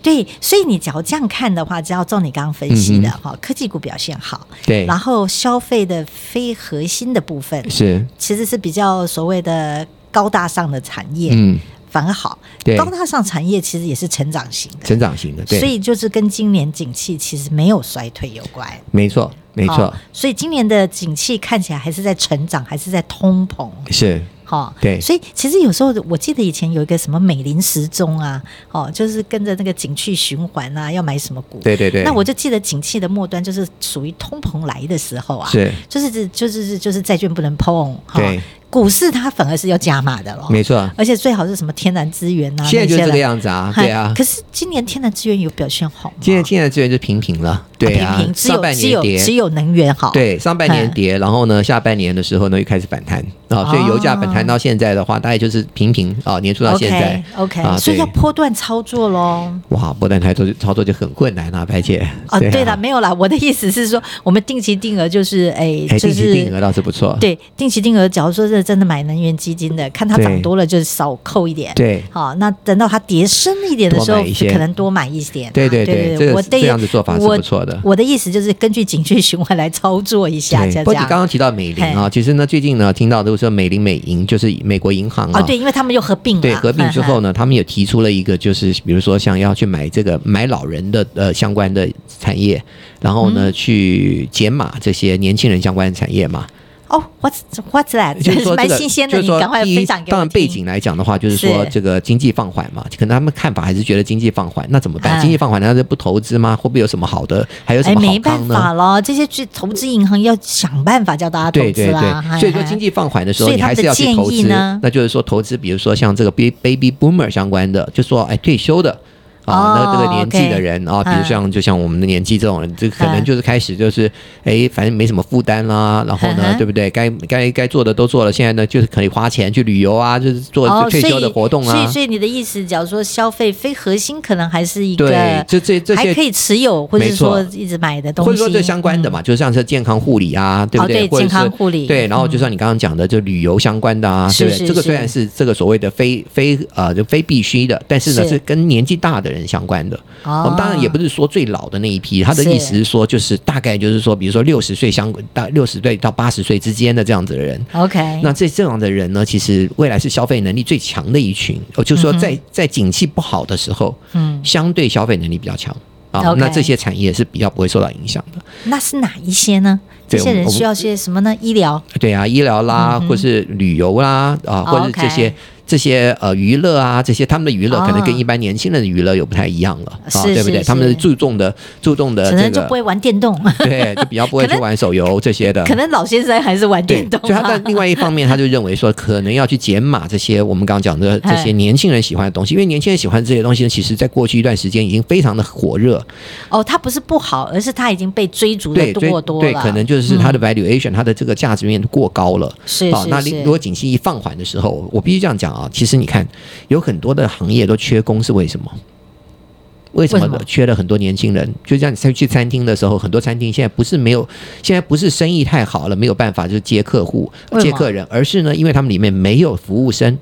Speaker 3: 对，所以你只要这样看的话，只要照你刚刚分析的
Speaker 4: 嗯
Speaker 3: 哈，科技股表现好，
Speaker 4: 对，
Speaker 3: 然后消费的非核心的部分
Speaker 4: 是，
Speaker 3: 其实是比较所谓的高大上的产业，
Speaker 4: 嗯，
Speaker 3: 反而好。
Speaker 4: 对
Speaker 3: 高大上产业其实也是成长型的，
Speaker 4: 成长型的，
Speaker 3: 所
Speaker 4: 对，
Speaker 3: 以就是跟今年景气其实没有衰退有关。
Speaker 4: 没错，没错，
Speaker 3: 哦所以今年的景气看起来还是在成长，还是在通膨。
Speaker 4: 是，
Speaker 3: 哈、
Speaker 4: 对
Speaker 3: 所以其实有时候我记得以前有一个什么美林时钟啊，哦，就是跟着那个景气循环啊，要买什么股。
Speaker 4: 对对对。
Speaker 3: 那我就记得景气的末端就是属于通膨来的时候啊，
Speaker 4: 是，
Speaker 3: 就是指就是就是债券不能碰，哈
Speaker 4: 对，
Speaker 3: 股市它反而是要加码的咯，
Speaker 4: 没错，
Speaker 3: 而且最好是什么天然资源啊，
Speaker 4: 现在就
Speaker 3: 哦
Speaker 4: 是
Speaker 3: 那些
Speaker 4: 这个
Speaker 3: 的
Speaker 4: 样子啊，
Speaker 3: 嗨
Speaker 4: 对啊。
Speaker 3: 可是今年天然资源有表现好吗？
Speaker 4: 现在现在资源就平平了，对啊，
Speaker 3: 平平只
Speaker 4: 上
Speaker 3: 有
Speaker 4: 半
Speaker 3: 只
Speaker 4: 年
Speaker 3: 有
Speaker 4: 跌，
Speaker 3: 只有能源好，，
Speaker 4: 对，上半年
Speaker 3: 嗯
Speaker 4: 跌，然后呢，下半年的时候呢又开始反弹啊，所以
Speaker 3: 哦
Speaker 4: 油价反弹到现在的话，大概就是平平啊，年初到现在
Speaker 3: OK，,
Speaker 4: 啊，
Speaker 3: 所以
Speaker 4: 对
Speaker 3: 要波段操作喽。
Speaker 4: 哇，波段操作操作就很困难啊，白姐
Speaker 3: 啊，对了，
Speaker 4: 了，
Speaker 3: 没有啦，我的意思是说，我们定期定额就是，哎，
Speaker 4: 哎，
Speaker 3: 就
Speaker 4: 定
Speaker 3: 是
Speaker 4: 期定额倒是不错，
Speaker 3: 对定期定额，假如说是的真的买能源基金的，看它涨
Speaker 4: 对
Speaker 3: 多了就少扣一点。
Speaker 4: 对
Speaker 3: 好，那等到它跌深一点的时
Speaker 4: 多
Speaker 3: 候，
Speaker 4: 买一些
Speaker 3: 可能多买一点啊、
Speaker 4: 对对
Speaker 3: 对
Speaker 4: 对这个
Speaker 3: 我的
Speaker 4: 这样子做法是
Speaker 3: 我
Speaker 4: 不错的
Speaker 3: 我的意思就是根据景气循环来操作一下，
Speaker 4: 对，
Speaker 3: 这样
Speaker 4: 不
Speaker 3: 这
Speaker 4: 过你刚
Speaker 3: 样。
Speaker 4: 刚提到美林啊，其实呢，最近呢，听到都说美林美银就是美国银行
Speaker 3: 哦，
Speaker 4: 啊，
Speaker 3: 对，因为他们又合并了，
Speaker 4: 对，合并之后
Speaker 3: 嗯，
Speaker 4: 呢，他们也提出了一个，就是比如说想要去买这个买老人的呃相关的产业，然后呢、去解码这些年轻人相关的产业嘛。
Speaker 3: 嗯哦，what's what's that？
Speaker 4: 就是说、这
Speaker 3: 蛮
Speaker 4: 个，
Speaker 3: 新鲜
Speaker 4: 就
Speaker 3: 的，
Speaker 4: 是
Speaker 3: 你
Speaker 4: 说
Speaker 3: 赶快
Speaker 4: 第一
Speaker 3: 分享给我
Speaker 4: 当然
Speaker 3: 听。
Speaker 4: 背景来讲的话，就是说
Speaker 3: 是
Speaker 4: 这个经济放缓嘛，可能他们看法还是觉得经济放缓，那怎么
Speaker 3: 嗯
Speaker 4: 办？经济放缓，难道就不投资吗？会不会有什么好的？还有什
Speaker 3: 哎，
Speaker 4: 么
Speaker 3: 没
Speaker 4: 好
Speaker 3: 办
Speaker 4: 康呢？
Speaker 3: 法了，这些去投资银行要想办法叫大家啊投
Speaker 4: 对对
Speaker 3: 资哎啦。
Speaker 4: 对，所以说经
Speaker 3: 济
Speaker 4: 济放缓的时候，
Speaker 3: 所以
Speaker 4: 你还是要去
Speaker 3: 他们的
Speaker 4: 投
Speaker 3: 建议
Speaker 4: 资
Speaker 3: 呢。
Speaker 4: 那就是说，投资比如说像这个 ba- baby boomer 相关的，就说哎退休的。啊，
Speaker 3: 哦
Speaker 4: 那这个年纪的
Speaker 3: OK
Speaker 4: 人啊，比如
Speaker 3: 嗯
Speaker 4: 像就像我们的年纪这种人，这可能
Speaker 3: 嗯
Speaker 4: 就是开始就是，哎，反正没什么负担啦，然后
Speaker 3: 嗯
Speaker 4: 呢，
Speaker 3: 哼
Speaker 4: 对不对？该该该做的都做了，现在呢就是可以花钱去旅游啊，就是做
Speaker 3: 哦，
Speaker 4: 退休的活动
Speaker 3: 所以所
Speaker 4: 啊
Speaker 3: 以，所以你的意思，假如说消费非核心，可能还是一个
Speaker 4: 对，这这这
Speaker 3: 还
Speaker 4: 些
Speaker 3: 可以持有，或者
Speaker 4: 没错
Speaker 3: 说一直买的东西，嗯
Speaker 4: 或者说这相关的嘛，就像是健康护理啊，对不
Speaker 3: 哦对
Speaker 4: 或者是
Speaker 3: 健康护理嗯
Speaker 4: 对，然后就像你刚刚讲的，就旅游相关的啊，
Speaker 3: 是
Speaker 4: 对不
Speaker 3: 是
Speaker 4: 对？这个虽
Speaker 3: 是
Speaker 4: 然是这个所谓的非非呃就非必须的，但是呢
Speaker 3: 是
Speaker 4: 是跟年纪大的人相关的。
Speaker 3: 嗯。
Speaker 4: 我们当然也不
Speaker 3: 是
Speaker 4: 是说最老的那一批，他的意思是说，就是大概就是说，比如说六十岁相到六十岁到八十岁之间的这样子的人，
Speaker 3: 哦 OK。
Speaker 4: 那这这样的人呢，其实未来是消费能力最强的一群，哦，就是说在在景气不好的时候，
Speaker 3: 嗯，
Speaker 4: 相对消费能力比较强啊
Speaker 3: OK
Speaker 4: 那这些产业是比较不会受到影响的。
Speaker 3: 那是哪一些呢？这
Speaker 4: 对
Speaker 3: 些
Speaker 4: 我
Speaker 3: 人
Speaker 4: 们
Speaker 3: 需要些什么呢？医疗
Speaker 4: 对啊，医疗啦，或是旅游啦，啊、或是
Speaker 3: 嗯哦 OK
Speaker 4: 这些、这些呃娱乐啊，这些他们的娱乐
Speaker 3: 哦
Speaker 4: 可能跟一般年轻人的娱乐又不太一样了，啊，
Speaker 3: 是
Speaker 4: 对不
Speaker 3: 是
Speaker 4: 对？
Speaker 3: 是
Speaker 4: 他们注重的注重的
Speaker 3: 可能
Speaker 4: 呃这
Speaker 3: 就不
Speaker 4: 个，呃
Speaker 3: 会玩电动，
Speaker 4: 对，就比较不会
Speaker 3: 可
Speaker 4: 去
Speaker 3: 能
Speaker 4: 玩手游这些的。
Speaker 3: 可能老先生还是玩
Speaker 4: 对
Speaker 3: 电动，啊。
Speaker 4: 所以他在另外一方面，他就认为说，可能要去减码这些我们刚刚 讲的
Speaker 3: 哎
Speaker 4: 这些年轻人喜欢的东西，因为年轻人喜欢这些东西呢，其实在过去一段时间已经非常的火热，
Speaker 3: 哦，他不是不好，而是他已经被追逐的
Speaker 4: 对，
Speaker 3: 过
Speaker 4: 所以
Speaker 3: 多了。嗯
Speaker 4: 对，可能就是它的 valuation，、它的这个价值面过高了。
Speaker 3: 是
Speaker 4: 好，
Speaker 3: 是
Speaker 4: 啊那
Speaker 3: 是
Speaker 4: 如果景气一放缓的时候，我必须这样讲啊。其实你看，有很多的行业都缺工，是为什么？为什
Speaker 3: 为
Speaker 4: 么
Speaker 3: 什么
Speaker 4: 缺了很多年轻人？就像你去餐厅的时候，很多餐厅现在不是没有，现在不是生意太好了，没有办法就接客户、
Speaker 3: 为什么
Speaker 4: 接客人，而是呢，因为他们里面没有服务生。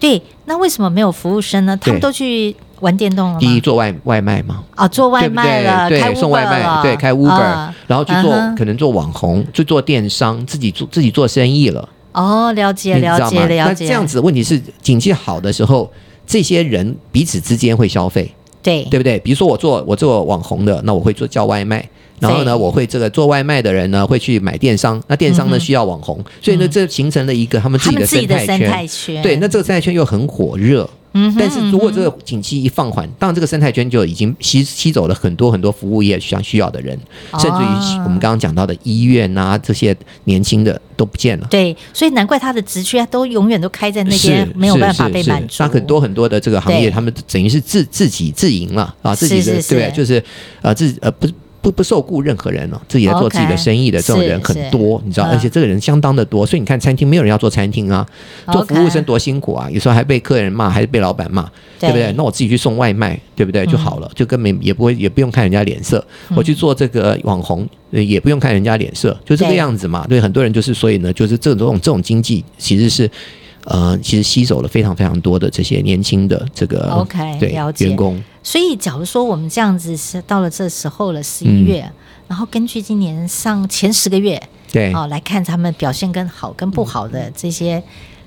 Speaker 3: 对。那为什么没有服务生呢？他们
Speaker 4: 对
Speaker 3: 都去玩电动了
Speaker 4: 第一，
Speaker 3: 吗？
Speaker 4: 做外外卖嘛，
Speaker 3: 啊，做外
Speaker 4: 对不
Speaker 3: 卖
Speaker 4: 对？
Speaker 3: 了，开
Speaker 4: 对，送外
Speaker 3: Uber
Speaker 4: 卖，
Speaker 3: 了
Speaker 4: 对，开 Uber，、
Speaker 3: 啊
Speaker 4: 然后去做、
Speaker 3: 嗯哼
Speaker 4: 可能做网红，去做电商，自己做自己做生意了。
Speaker 3: 哦，了解
Speaker 4: 你知
Speaker 3: 了
Speaker 4: 道
Speaker 3: 解
Speaker 4: 吗？
Speaker 3: 了
Speaker 4: 那
Speaker 3: 解。
Speaker 4: 这样子，问题是景气好的时候，这些人彼此之间会消费，
Speaker 3: 对
Speaker 4: 对不对？比如说我做我做网红的，那我会做叫外卖。然后
Speaker 3: 对
Speaker 4: 呢，我会这个做外卖的人呢，会去买电商，那电商呢需要网红，所以呢，这形成了一个他们
Speaker 3: 嗯他
Speaker 4: 自己
Speaker 3: 们
Speaker 4: 的
Speaker 3: 自己
Speaker 4: 生
Speaker 3: 的
Speaker 4: 态
Speaker 3: 生
Speaker 4: 圈。
Speaker 3: 态圈。
Speaker 4: 对，那这个生态圈又很火热，
Speaker 3: 嗯哼
Speaker 4: 但是如果这个景气一放缓，当然这个生态圈就已经吸吸走了很多很多服务业想需要的人，
Speaker 3: 哦
Speaker 4: 甚至于我们刚刚讲到的医院啊这些年轻的都不见了。
Speaker 3: 对，所以难怪他的职缺都永远都开在那
Speaker 4: 是
Speaker 3: 边，没有
Speaker 4: 是
Speaker 3: 办法
Speaker 4: 是
Speaker 3: 被
Speaker 4: 是
Speaker 3: 满足。
Speaker 4: 那很多很多的这个行
Speaker 3: 对
Speaker 4: 业，他们等于是自自己自营了啊，自己的
Speaker 3: 是是
Speaker 4: 对不对
Speaker 3: 是
Speaker 4: 就是呃自呃不。不不受雇任何人了、自己来做
Speaker 3: OK，
Speaker 4: 自己的生意的这种人
Speaker 3: 是
Speaker 4: 很多，你知
Speaker 3: 嗯
Speaker 4: 道，而且这个人相当的多，所以你看餐厅没有人要做餐厅啊，做服务生多辛苦啊，有时候还被客人骂，还是被老板骂，
Speaker 3: 对嗯
Speaker 4: 对不对？那我自己去送外卖，对不对就好了，就根本也不会也不用看人家脸色。我去做这个网红，呃也不用看人家脸色，就这个
Speaker 3: 对
Speaker 4: 样子嘛。对，很多人就是所以呢，就是这种这种经济其实是。呃，其实吸走了非常非常多的这些年轻的这个
Speaker 3: OK，
Speaker 4: 对
Speaker 3: 了解
Speaker 4: 员工，
Speaker 3: 所以，假如说我们这样子是到了这时候了，十一月，然后根据今年上前十个月
Speaker 4: 嗯对、嗯
Speaker 3: 哦来看他们表现跟好跟不好的这些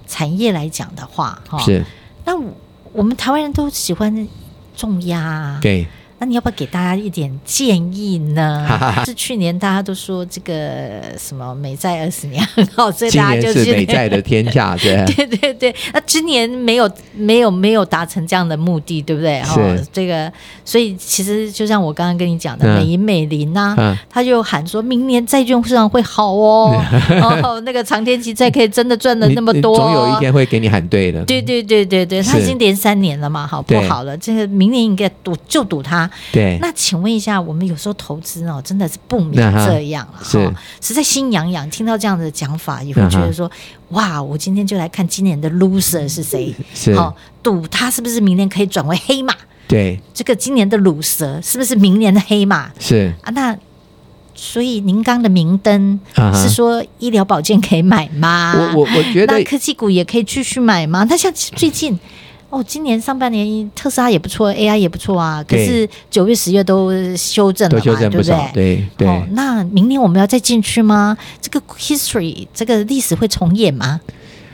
Speaker 3: 产业来讲的话，哈、哦，
Speaker 4: 是，
Speaker 3: 那我我们台湾人都喜欢重压啊，
Speaker 4: 对
Speaker 3: 那你要不要给大家一点建议 呢？是去年大家都说这个什么美债二十年很好，所以
Speaker 4: 今
Speaker 3: 大家
Speaker 4: 年
Speaker 3: 就是
Speaker 4: 美债的天下，对
Speaker 3: 对对对，那今年没有没有没有达成这样的目的，对不对？
Speaker 4: 是
Speaker 3: 哦，这个，所以其实就像我刚刚跟你讲的，
Speaker 4: 嗯
Speaker 3: 美银美林呐、
Speaker 4: 嗯
Speaker 3: 他就喊说明年债券市场会好 哦，哦，那个长天期债可以真的赚的
Speaker 4: 你
Speaker 3: 那么
Speaker 4: 你
Speaker 3: 多、哦
Speaker 4: 总有一。天会给你喊对的，
Speaker 3: 对对对对对，他已
Speaker 4: 是
Speaker 3: 经连三年了嘛，好不
Speaker 4: 对
Speaker 3: 好了？这个明年应该赌就赌他。
Speaker 4: 对
Speaker 3: 那请问一下，我们有时候投资哦，真的是不免这样了
Speaker 4: 嗯哼是
Speaker 3: 哈，实在心痒痒，听到这样的讲法，也会觉得说，
Speaker 4: 嗯
Speaker 3: 哇，我今天就来看今年的 loser 是谁，
Speaker 4: 是，
Speaker 3: 好赌他是不是明年可以转为黑马？
Speaker 4: 对
Speaker 3: 这个今年的卤蛇是不是明年的黑马
Speaker 4: 是。
Speaker 3: 啊？那所以您刚的明灯
Speaker 4: 啊哈
Speaker 3: 是说医疗保健可以买吗？
Speaker 4: 我我我觉得
Speaker 3: 啊那科技股也可以继续买吗？那像最近。哦，今年上半年特斯拉也不错，AI 也不错啊。可
Speaker 4: 对
Speaker 3: 是九月、十月都修正了
Speaker 4: 都
Speaker 3: 嘛，
Speaker 4: 修
Speaker 3: 对
Speaker 4: 正不
Speaker 3: 不
Speaker 4: 少
Speaker 3: 对，？
Speaker 4: 对对。
Speaker 3: 哦，那明年我们要再进去吗？这个 history 这个历史会重演吗？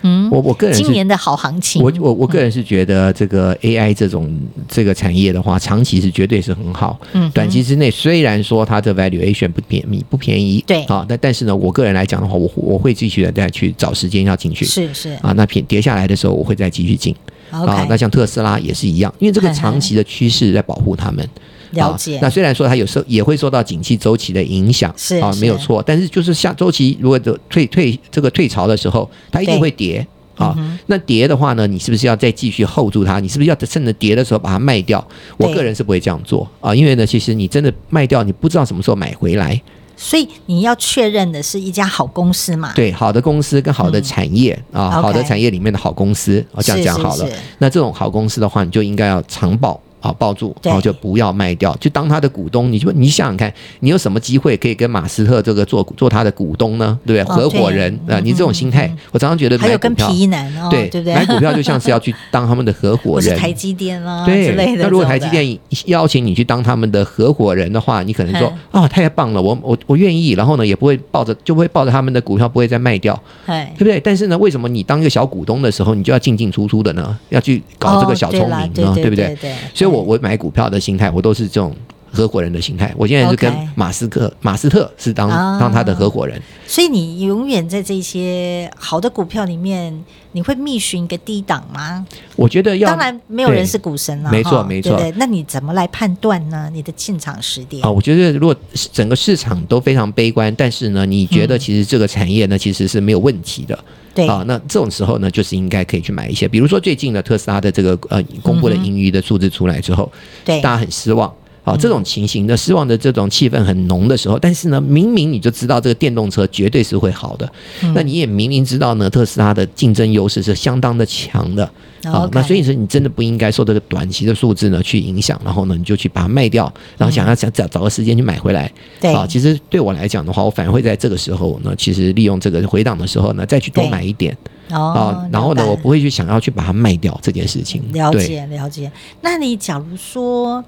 Speaker 3: 嗯，
Speaker 4: 我我个人是
Speaker 3: 今年的好行情，
Speaker 4: 我我我个人
Speaker 3: 嗯
Speaker 4: 是觉得这个 AI 这种这个产业的话，长期是绝对是很好。
Speaker 3: 嗯哼
Speaker 4: 短期之内虽然说它的 valuation 不便宜不便宜，
Speaker 3: 对
Speaker 4: 啊，但但是呢，我个人来讲的话，我我会继续的再去找时间要进去。
Speaker 3: 是是
Speaker 4: 啊，那跌跌下来的时候，我会再继续进。
Speaker 3: ，OK，、
Speaker 4: 啊，那像特斯拉也是一样，因为这个
Speaker 3: 嗨嗨
Speaker 4: 长期的趋势在保护他们。
Speaker 3: 了解
Speaker 4: 啊。那虽然说它有受也会受到景气周期的影响，
Speaker 3: 是
Speaker 4: 啊，
Speaker 3: 是
Speaker 4: 没有错。但是就是下周期如果的退退这个退潮的时候，它一定
Speaker 3: 对
Speaker 4: 会跌。啊，
Speaker 3: 嗯
Speaker 4: 那跌的话呢，你是不是要再继续 hold 住它？你是不是要趁着跌的时候把它卖掉？我
Speaker 3: 对
Speaker 4: 个人是不会这样做啊，因为呢，其实你真的卖掉，你不知道什么时候买回来。
Speaker 3: 所以你要确认的是一家好公司嘛？
Speaker 4: 对，好的公司跟好的产业、啊，
Speaker 3: 嗯 OK
Speaker 4: 好的产业里面的好公司，啊，这样
Speaker 3: 是
Speaker 4: 讲
Speaker 3: 是
Speaker 4: 好了。
Speaker 3: 是
Speaker 4: 那这种好公司的话，你就应该要长抱啊，抱住，
Speaker 3: 对
Speaker 4: 然后就不要卖掉，就当他的股东。你就你想想看，你有什么机会可以跟马斯克这个做做他的股东呢？对不对？
Speaker 3: 哦
Speaker 4: 合伙人
Speaker 3: 对嗯
Speaker 4: 啊，你这种心态，我常常觉得
Speaker 3: 还
Speaker 4: 买
Speaker 3: 有
Speaker 4: 股
Speaker 3: 跟
Speaker 4: 票，
Speaker 3: 皮衣男哦，
Speaker 4: 对
Speaker 3: 不对？
Speaker 4: 买股票就像是要去当他们的合伙
Speaker 3: 或是
Speaker 4: 人。
Speaker 3: 台积电啊之类
Speaker 4: 对，
Speaker 3: 的。
Speaker 4: 那如果
Speaker 3: 这
Speaker 4: 台
Speaker 3: 种的
Speaker 4: 积电邀请你去当他们的合伙人的话，你可能说
Speaker 3: 嗯
Speaker 4: 啊、太棒了，我我我愿意，然后呢也不会抱着就不会抱着他们的股票不会再卖掉，
Speaker 3: 哎
Speaker 4: 对不对？但是呢，为什么你当一个小股东的时候，你就要进进出出的呢？要去搞这个小聪
Speaker 3: 哦
Speaker 4: 明呢，
Speaker 3: 对啦对
Speaker 4: 不
Speaker 3: 对对
Speaker 4: 对？
Speaker 3: 对
Speaker 4: 所以我我买股票的心态，我都是这种合伙人的心态。我现在是跟
Speaker 3: OK
Speaker 4: 马斯克、马斯特是当、
Speaker 3: 啊
Speaker 4: 当他的合伙人，
Speaker 3: 所以你永远在这些好的股票里面，你会觅寻一个低档吗？
Speaker 4: 我觉得要
Speaker 3: 当然，没有人
Speaker 4: 对
Speaker 3: 是股神了，
Speaker 4: 没错
Speaker 3: 哈
Speaker 4: 没错
Speaker 3: 对不对那你怎么来判断呢？你的进场时点
Speaker 4: 啊、？我觉得如果整个市场都非常悲观，但是呢，你觉得其实这个产业呢、其实是没有问题的。
Speaker 3: 嗯对
Speaker 4: 啊、那这种时候呢，就是应该可以去买一些，比如说最近的特斯拉的这个呃公
Speaker 3: 嗯
Speaker 4: 布的盈余的数字出来之后，
Speaker 3: 对嗯
Speaker 4: 大家很失望。啊，这种情形的失望的这种气氛很浓的时候，但是呢，明明你就知道这个电动车绝对是会好的，
Speaker 3: 嗯
Speaker 4: 那你也明明知道呢，特斯拉的竞争优势是相当的强的啊
Speaker 3: OK
Speaker 4: 那所以说你真的不应该受这个短期的数字呢去影响，然后呢你就去把它卖掉，然后想要想找找个时间去买回来。
Speaker 3: 对
Speaker 4: 啊，其实对我来讲的话，我反而会在这个时候呢，其实利用这个回档的时候呢，再去多
Speaker 3: 对
Speaker 4: 买一点
Speaker 3: 哦
Speaker 4: 啊，，然后呢，
Speaker 3: 了解
Speaker 4: 我不会去想要去把它卖掉这件事情。
Speaker 3: 了
Speaker 4: 对
Speaker 3: 解了解。那你假如说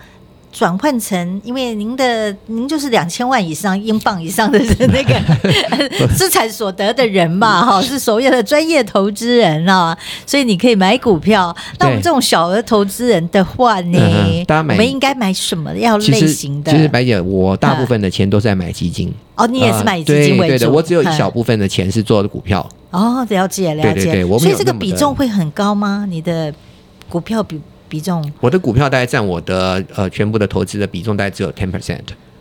Speaker 3: 转换成，因为您的您就是两千万以上英镑以上的那 个资产所得的人嘛，哈，是所谓的专业投资人啊，所以你可以买股票。那我们
Speaker 4: 对
Speaker 3: 这种小额投资人的话呢
Speaker 4: 嗯哼，大家买
Speaker 3: 我们应该买什么样
Speaker 4: 其
Speaker 3: 类
Speaker 4: 实，
Speaker 3: 型的？
Speaker 4: 其实白姐，我大部分的钱都是在买基金。
Speaker 3: 哦，你也是买以基金为
Speaker 4: 啊
Speaker 3: 主，
Speaker 4: 对对的，我只有一
Speaker 3: 嗯
Speaker 4: 小部分的钱是做的股票。
Speaker 3: 哦，了解了解，
Speaker 4: 对对对我没
Speaker 3: 所以
Speaker 4: 有
Speaker 3: 这个
Speaker 4: 那么
Speaker 3: 比
Speaker 4: 的
Speaker 3: 重会很高吗？你的股票比比重？
Speaker 4: 我的股票大概占我的呃全部的投资的比重，大概只有 ten percent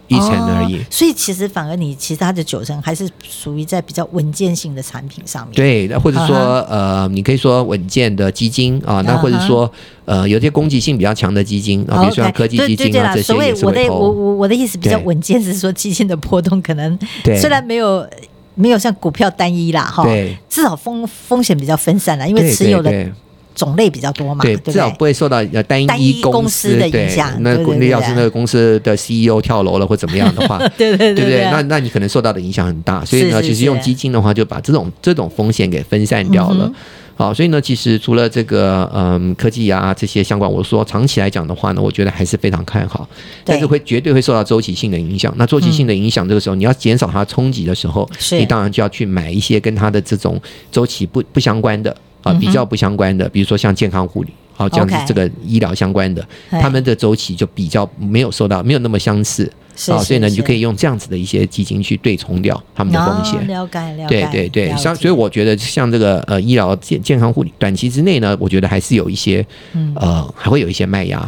Speaker 4: 一成而已。
Speaker 3: 哦所以其实反而你其他的九成还是属于在比较稳健性的产品上面。
Speaker 4: 对，那或者说、
Speaker 3: 啊
Speaker 4: 呃，你可以说稳健的基金啊，那
Speaker 3: 啊哈
Speaker 4: 或者说呃，有些攻击性比较强的基金啊，比如说像
Speaker 3: 哦 OK，
Speaker 4: 科技基
Speaker 3: 对对
Speaker 4: 金
Speaker 3: 对
Speaker 4: 啊
Speaker 3: 啦
Speaker 4: 这些
Speaker 3: 所
Speaker 4: 也
Speaker 3: 谓
Speaker 4: 是
Speaker 3: 我
Speaker 4: 会
Speaker 3: 的我
Speaker 4: 投。
Speaker 3: 我我的意思比较
Speaker 4: 对
Speaker 3: 稳健是说基金的波动可能
Speaker 4: 对
Speaker 3: 虽然没有没有像股票单一啦哈
Speaker 4: 对，
Speaker 3: 至少风风险比较分散啦，因为
Speaker 4: 对
Speaker 3: 持有的
Speaker 4: 对
Speaker 3: 种类比较多嘛，
Speaker 4: 对，
Speaker 3: 对不
Speaker 4: 至少
Speaker 3: 对
Speaker 4: 不？会受到呃单
Speaker 3: 单
Speaker 4: 一
Speaker 3: 一公
Speaker 4: 司
Speaker 3: 司的
Speaker 4: 对
Speaker 3: 影响
Speaker 4: 那
Speaker 3: 对对
Speaker 4: 那
Speaker 3: 对
Speaker 4: 要是
Speaker 3: 对
Speaker 4: 那个公司的 CEO 跳楼了或怎么样的话，
Speaker 3: 对对
Speaker 4: 对不对？
Speaker 3: 对，
Speaker 4: 那那你可能受到的影响很大，所以
Speaker 3: 是
Speaker 4: 呢，
Speaker 3: 是
Speaker 4: 其实用
Speaker 3: 是嗯
Speaker 4: 基金的话，就把这种这种风险给分散掉了。好，所以呢，其实除了这个嗯科技啊这些相关，我说长期来讲的话呢，我觉得还是非常看好，但是会绝对会受到周期性的影响。那周期性的影响，这个时候、你要减少它冲击的时候，
Speaker 3: 是
Speaker 4: 你当然就要去买一些跟它的这种周期不不相关的啊，比较不相关的，比如说像健康护理。好，这样子
Speaker 3: 嗯 OK 哎
Speaker 4: 这个医疗相关的，
Speaker 3: 嘿
Speaker 4: 他们的周期就比较没有受到，没有那么相似。
Speaker 3: 是
Speaker 4: 啊，
Speaker 3: 是
Speaker 4: 所以呢，你
Speaker 3: 是
Speaker 4: 就可以用这样子的一些基金去对冲掉他们的风
Speaker 3: 哦
Speaker 4: 险。
Speaker 3: 了解了解，
Speaker 4: 对对对，
Speaker 3: 了
Speaker 4: 像
Speaker 3: 解
Speaker 4: 所以我觉得像这个呃医疗健健康护理，短期之内呢，我觉得还是有一些呃还会有一些卖压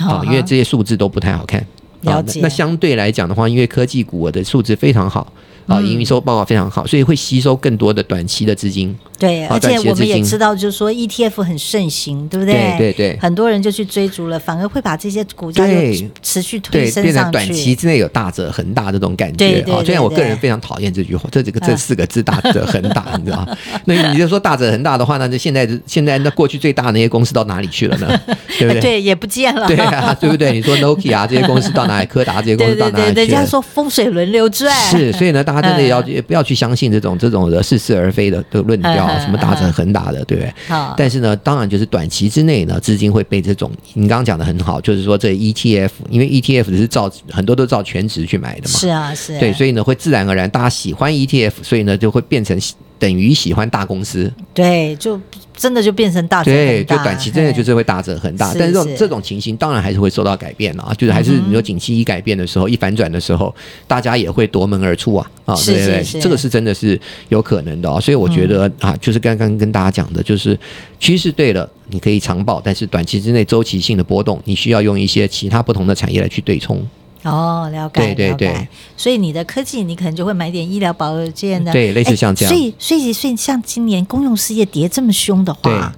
Speaker 3: 嗯好
Speaker 4: 啊，因为这些数字都不太好看。啊
Speaker 3: 了
Speaker 4: 那
Speaker 3: 解
Speaker 4: 那相对来讲的话，因为科技股的数字非常好啊，
Speaker 3: 嗯
Speaker 4: 营运收报告非常好，所以会吸收更多的短期的资金。
Speaker 3: 对，
Speaker 4: 好
Speaker 3: 而且
Speaker 4: 短期的
Speaker 3: 我们
Speaker 4: 资
Speaker 3: 也
Speaker 4: 金
Speaker 3: 知道，就是说 ETF 很盛行，对不对
Speaker 4: 对对对
Speaker 3: 很多人就去追逐了，反而会把这些股价
Speaker 4: 对
Speaker 3: 又持续推
Speaker 4: 对，
Speaker 3: 升
Speaker 4: 变成
Speaker 3: 上
Speaker 4: 短期
Speaker 3: 去。
Speaker 4: 之内有大折恒大这种感
Speaker 3: 对
Speaker 4: 觉
Speaker 3: 对
Speaker 4: 啊。虽然
Speaker 3: 对
Speaker 4: 我个
Speaker 3: 对
Speaker 4: 人非常讨厌这句话，这几个这
Speaker 3: 嗯
Speaker 4: 四个字“大折恒大”，你知道吗？ 那你就说大折恒大的话，那就现在现在那过去最大的那些公司到哪里去了呢？ 对
Speaker 3: 哎
Speaker 4: 不对？
Speaker 3: 对，也不见 了。
Speaker 4: 对啊，对不对？你说 Nokia 这些公司到哪里？柯达这些公
Speaker 3: 对
Speaker 4: 司到
Speaker 3: 对
Speaker 4: 哪里
Speaker 3: 对，
Speaker 4: 去了？
Speaker 3: 人家说嗯风水轮流转，
Speaker 4: 是，所以呢，大家真的要不要去相信这种这种的似是而非的的论调啊
Speaker 3: 嗯嗯，
Speaker 4: 什么大成恒大的，对不对
Speaker 3: 好？
Speaker 4: 但是呢，当然就是短期之内呢，资金会被这种你刚刚讲的很好，就是说这 ETF，因为 E ETF 只是照很多都照全值去买的嘛，
Speaker 3: 是啊是啊，
Speaker 4: 对，所以呢会自然而然大家喜欢 ETF，所以呢就会变成喜等于喜欢大公司，
Speaker 3: 对就真的就变成大折
Speaker 4: 对，
Speaker 3: 啊很
Speaker 4: 就
Speaker 3: 大
Speaker 4: 短期之内
Speaker 3: 嘿
Speaker 4: 就是会大折很大，
Speaker 3: 是
Speaker 4: 但是这
Speaker 3: 是嗯
Speaker 4: 种这种情形当然还是会受到改变啊，就是还是你说景气一改变的时候，一反转的时候，大家也会夺门而出啊啊，
Speaker 3: 是
Speaker 4: 对对对，
Speaker 3: 是是嗯
Speaker 4: 这个是真的是有可能的啊，所以我觉得、啊，就是刚刚跟大家讲的，就是趋势对了，你可以长报，但是短期之内周期性的波动，你需要用一些其他不同的产业来去对冲，
Speaker 3: 哦，了解，
Speaker 4: 对对
Speaker 3: 了解
Speaker 4: 对
Speaker 3: 所以你的科技，你可能就会买点医疗保健的，
Speaker 4: 对类似
Speaker 3: 哎
Speaker 4: 像这样
Speaker 3: 所以，所以，所以，像今年公用事业跌这么凶的话，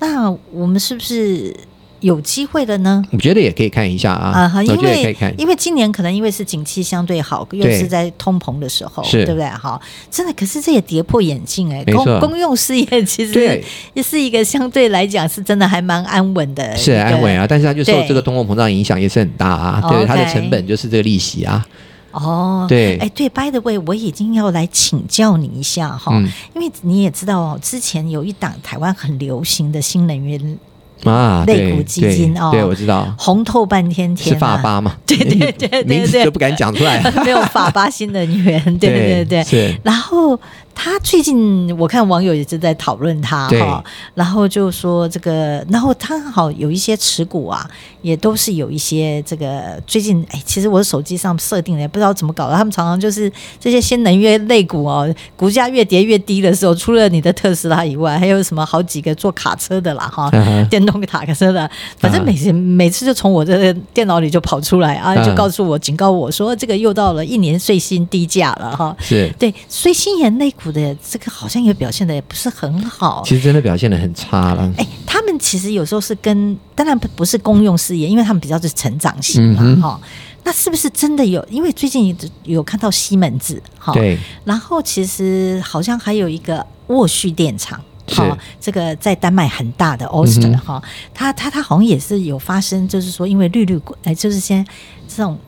Speaker 3: 那我们是不是有机会了呢？
Speaker 4: 我觉得也可以看一下啊，
Speaker 3: 啊哈，
Speaker 4: 我
Speaker 3: 因
Speaker 4: 觉得也可以
Speaker 3: 为
Speaker 4: 看。
Speaker 3: 因为今年可能因为是景气相对好，又
Speaker 4: 对
Speaker 3: 是在通膨的时候，
Speaker 4: 是
Speaker 3: 对不对？哈，真的，可是这也跌破眼镜哎、
Speaker 4: 没
Speaker 3: 公
Speaker 4: 错
Speaker 3: 公用事业其实
Speaker 4: 对
Speaker 3: 也是一个相对来讲是真的还蛮安稳的，
Speaker 4: 是安稳。啊，但是它就受
Speaker 3: 呃对
Speaker 4: 这个通货膨胀影响也是很大啊，
Speaker 3: 哦
Speaker 4: 对，它的
Speaker 3: OK
Speaker 4: 成本就是这个利息啊，
Speaker 3: 哦，
Speaker 4: 对
Speaker 3: 哎，对，by the way，我已经要来请教你一下哈，
Speaker 4: 嗯
Speaker 3: 因为你也知道哦，之前有一档台湾很流行的新能源
Speaker 4: 啊，
Speaker 3: 类
Speaker 4: 对
Speaker 3: 股基
Speaker 4: 对
Speaker 3: 金哦
Speaker 4: 对，我知道，
Speaker 3: 红透半天天、
Speaker 4: 是
Speaker 3: 啊，
Speaker 4: 发吧嘛？
Speaker 3: 对对对对
Speaker 4: 名字
Speaker 3: 对
Speaker 4: 就不敢讲出来。
Speaker 3: 没有法巴新能源，对 对对。
Speaker 4: 是
Speaker 3: 然后他最近我看网友也是在讨论他
Speaker 4: 对
Speaker 3: 哈，然后就说这个，然后他好有一些持股啊，也都是有一些这个最近哎，其实我手机上设定的，也不知道怎么搞的，他们常常就是这些新能源类股哦，股价越跌越低的时候，除了你的特斯拉以外，还有什么好几个做卡车的啦 哈，
Speaker 4: 嗯哼
Speaker 3: 电动卡车的，反正
Speaker 4: 啊
Speaker 3: 每次、每次就从我这个电脑里就跑出来啊，
Speaker 4: 嗯
Speaker 3: 就告诉我警告我说这个又到了一年最新低价了哈。
Speaker 4: 是，
Speaker 3: 对，所以新研类股的这个好像也表现的也不是很好。
Speaker 4: 其实真的表现的很差了。
Speaker 3: 哎，他们其实有时候是跟当然不不是公用事业，因为他们比较是成长型
Speaker 4: 嗯
Speaker 3: 嘛
Speaker 4: 哼
Speaker 3: 哈、那是不是真的有？因为最近有看到西门子哈，
Speaker 4: 对，
Speaker 3: 然后其实好像还有一个沃旭电厂。
Speaker 4: 是
Speaker 3: 好，这个在丹麦很大的 Oyster
Speaker 4: 嗯哼
Speaker 3: 哈、它它它好像也是有发生，就是说因为利率过，呃，就是现在这种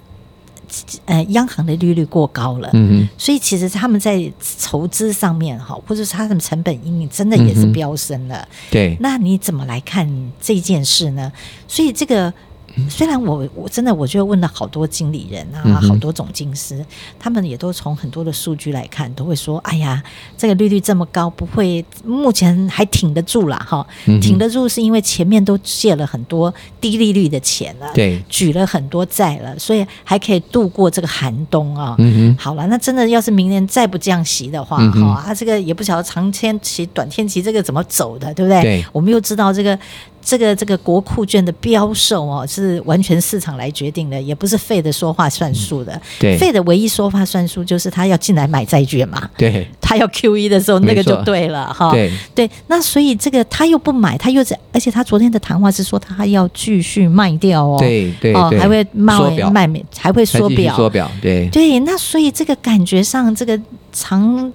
Speaker 3: 呃央行的利率过高了，
Speaker 4: 嗯
Speaker 3: 所以其实他们在筹资上面哈，或者是他们成本因应真的也是
Speaker 4: 嗯哼
Speaker 3: 飙升了。
Speaker 4: 哼，对，
Speaker 3: 那你怎么来看这件事呢？所以这个。虽然我我真的我觉得问了好多经理人啊，
Speaker 4: 嗯嗯哼
Speaker 3: 好多总经师，他们也都从很多的数据来看，都会说，哎呀，这个利率这么高，不会目前还挺得住啦，哈，
Speaker 4: 嗯哼
Speaker 3: 挺得住是因为前面都借了很多低利率的钱了，
Speaker 4: 对
Speaker 3: 举了很多债了，所以还可以度过这个寒冬啊。
Speaker 4: 嗯
Speaker 3: 好了，那真的要是明年再不降息的话，哈、
Speaker 4: 嗯哼
Speaker 3: 啊，这个也不晓得长天期、短天期这个怎么走的，对不对？
Speaker 4: 对
Speaker 3: 我们又知道这个。这个这个国库券的标售哦，是完全市场来决定的，也不是费的说话算数的。
Speaker 4: 嗯对
Speaker 3: 费的唯一说话算数就是他要进来买债券嘛，
Speaker 4: 对
Speaker 3: 他要 Q E 的时候那个
Speaker 4: 没错
Speaker 3: 就对了哈。
Speaker 4: 对，
Speaker 3: 对，那所以这个他又不买，他又在，而且他昨天的谈话是说他还要继续卖掉哦，
Speaker 4: 对对
Speaker 3: 哦，
Speaker 4: 对
Speaker 3: 还会卖
Speaker 4: 缩表
Speaker 3: 卖还会缩
Speaker 4: 还继续
Speaker 3: 表，
Speaker 4: 缩表，对
Speaker 3: 对，那所以这个感觉上，这个长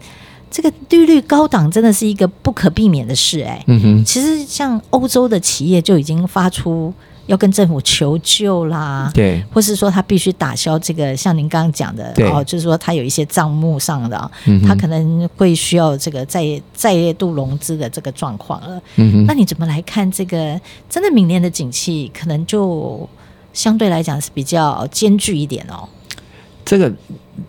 Speaker 3: 这个利率高档真的是一个不可避免的事哎、
Speaker 4: 嗯哼，
Speaker 3: 其实像欧洲的企业就已经发出要跟政府求救啦。
Speaker 4: 对
Speaker 3: 或是说他必须打消这个，像您刚刚讲的
Speaker 4: 对
Speaker 3: 哦，就是说他有一些账目上的啊，
Speaker 4: 嗯哼
Speaker 3: 他可能会需要这个再再度融资的这个状况了。
Speaker 4: 嗯
Speaker 3: 那
Speaker 4: 哼，
Speaker 3: 你怎么来看这个？真的明年的景气可能就相对来讲是比较艰巨一点哦。
Speaker 4: 这个。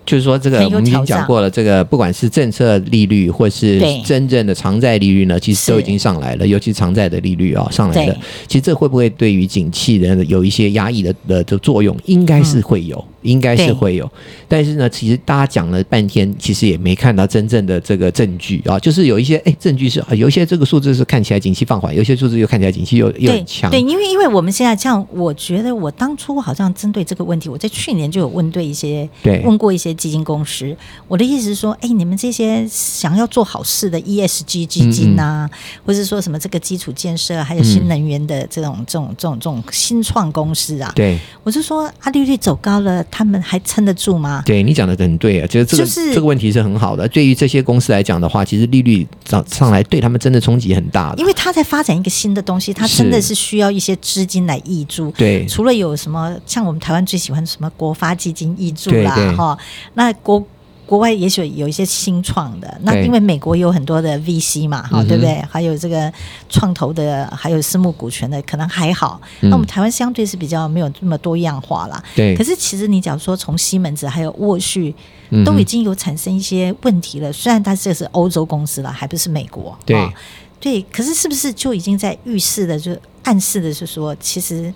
Speaker 4: 就是说，这个
Speaker 3: 很有
Speaker 4: 我们已
Speaker 3: 挑
Speaker 4: 经
Speaker 3: 战
Speaker 4: 讲过了，这个不管是政策利率或是
Speaker 3: 对
Speaker 4: 真正的偿债利率呢，其实
Speaker 3: 是
Speaker 4: 都已经上来了，尤其偿债的利率啊、上来了
Speaker 3: 对。
Speaker 4: 其实这会不会对于景气的有一些压抑的的的作用？应该是会有，应该是
Speaker 3: 嗯对
Speaker 4: 会有。但是呢，其实大家讲了半天，其实也没看到真正的这个证据啊，就是有一些哎证据是有一些这个数字是看起来景气放缓，有一些数字又看起来景气又又
Speaker 3: 对
Speaker 4: 很强。
Speaker 3: 对，因为因为我们现在这样，我觉得我当初好像针对这个问题，我在去年就有问对一些
Speaker 4: 对
Speaker 3: 问过一些基金公司。我的意思是说，哎，你们这些想要做好事的 ESG 基金啊，
Speaker 4: 嗯
Speaker 3: 或是说什么这个基础建设，还有新能源的这种、这种这种这种新创公司啊，
Speaker 4: 嗯对
Speaker 3: 我就说啊，利率走高了，他们还撑得住吗？
Speaker 4: 对，你讲的很对啊，觉得这个、
Speaker 3: 就是
Speaker 4: 这个问题是很好的。对于这些公司来讲的话，其实利率涨上来对他们真的冲击很大的
Speaker 3: 因。为他在发展一个新的东西，他真的是需要一些资金来挹注。
Speaker 4: 对
Speaker 3: 除了有什么像我们台湾最喜欢什么国发基金挹注啦
Speaker 4: 对对，
Speaker 3: 哈，那国。国外也许有一些新创的，那
Speaker 4: 对
Speaker 3: 因为美国有很多的 VC 嘛，哈、
Speaker 4: 嗯哼
Speaker 3: 对不对？还有这个创投的，还有私募股权的，可能还好。
Speaker 4: 嗯
Speaker 3: 那我们台湾相对是比较没有这么多样化啦。
Speaker 4: 对
Speaker 3: 可是其实你假如说从西门子还有沃旭
Speaker 4: 嗯哼
Speaker 3: 都已经有产生一些问题了，虽然它这是欧洲公司了，还不是美国。
Speaker 4: 对
Speaker 3: 啊对，可是是不是就已经在预示的，就暗示的是说，其实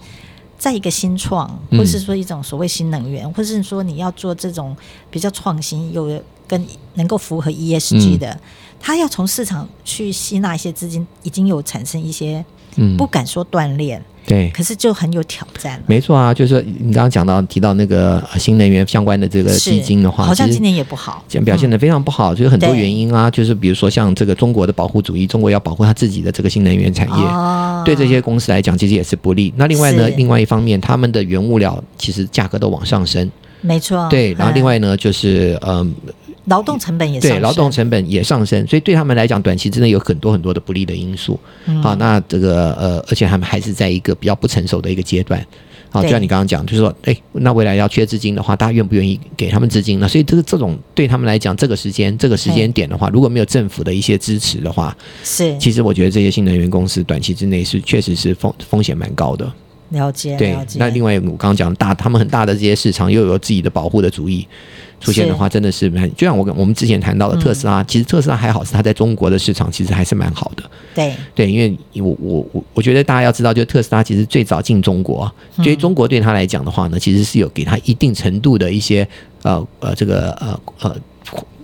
Speaker 3: 在一个新创，
Speaker 4: 嗯
Speaker 3: 或是说一种所谓新能源，或是说你要做这种比较创新又跟能够符合 ESG
Speaker 4: 嗯
Speaker 3: 的，它要从市场去吸纳一些资金，已经有产生一些
Speaker 4: 嗯
Speaker 3: 不敢说锻炼，
Speaker 4: 对，
Speaker 3: 可是就很有挑战了。
Speaker 4: 没错啊，就是说你刚刚讲到提到那个呃新能源相关的这个
Speaker 3: 是
Speaker 4: 基金的话，
Speaker 3: 好像
Speaker 4: 其实
Speaker 3: 今年也嗯不好，
Speaker 4: 讲表现的非常不好，就是很多
Speaker 3: 对
Speaker 4: 原因啊，就是比如说像这个中国的保护主义，中国要保护它自己的这个新能源产业，
Speaker 3: 哦
Speaker 4: 对这些公司来讲其实也是不利。那另外呢，
Speaker 3: 是
Speaker 4: 另外一方面，他们的原物料其实价格都往上升，
Speaker 3: 没错，
Speaker 4: 对，然
Speaker 3: 嗯
Speaker 4: 后另外呢就是嗯，
Speaker 3: 劳动成本也上
Speaker 4: 对，
Speaker 3: 升
Speaker 4: 劳动成本也上升，所以对他们来讲，短期真的有很多很多的不利的因素。
Speaker 3: 嗯
Speaker 4: 好、那这个呃，而且他们还是在一个比较不成熟的一个阶段。好，
Speaker 3: 对
Speaker 4: 就像你刚刚讲，就是说，哎，那未来要缺资金的话，大家愿不愿意给他们资金呢？所以这个这种对他们来讲，这个时间这个时间点的话，如果没有政府的一些支持的话，
Speaker 3: 嗯是
Speaker 4: 其实我觉得这些新能源公司短期之内是确实是风风险蛮高的。
Speaker 3: 了解
Speaker 4: 对
Speaker 3: 了，解。
Speaker 4: 那另外我刚刚讲大，他们很大的这些市场又有自己的保护的主义出现的话，真的是蛮就像我跟我们之前谈到的特
Speaker 3: 嗯
Speaker 4: 斯拉，其实特斯拉还好是它在中国的市场其实还是蛮好的。
Speaker 3: 对
Speaker 4: 对，因为我我我我觉得大家要知道，就是特斯拉其实最早进中国，所
Speaker 3: 嗯
Speaker 4: 以中国对他来讲的话呢，其实是有给他一定程度的一些呃呃这个呃呃。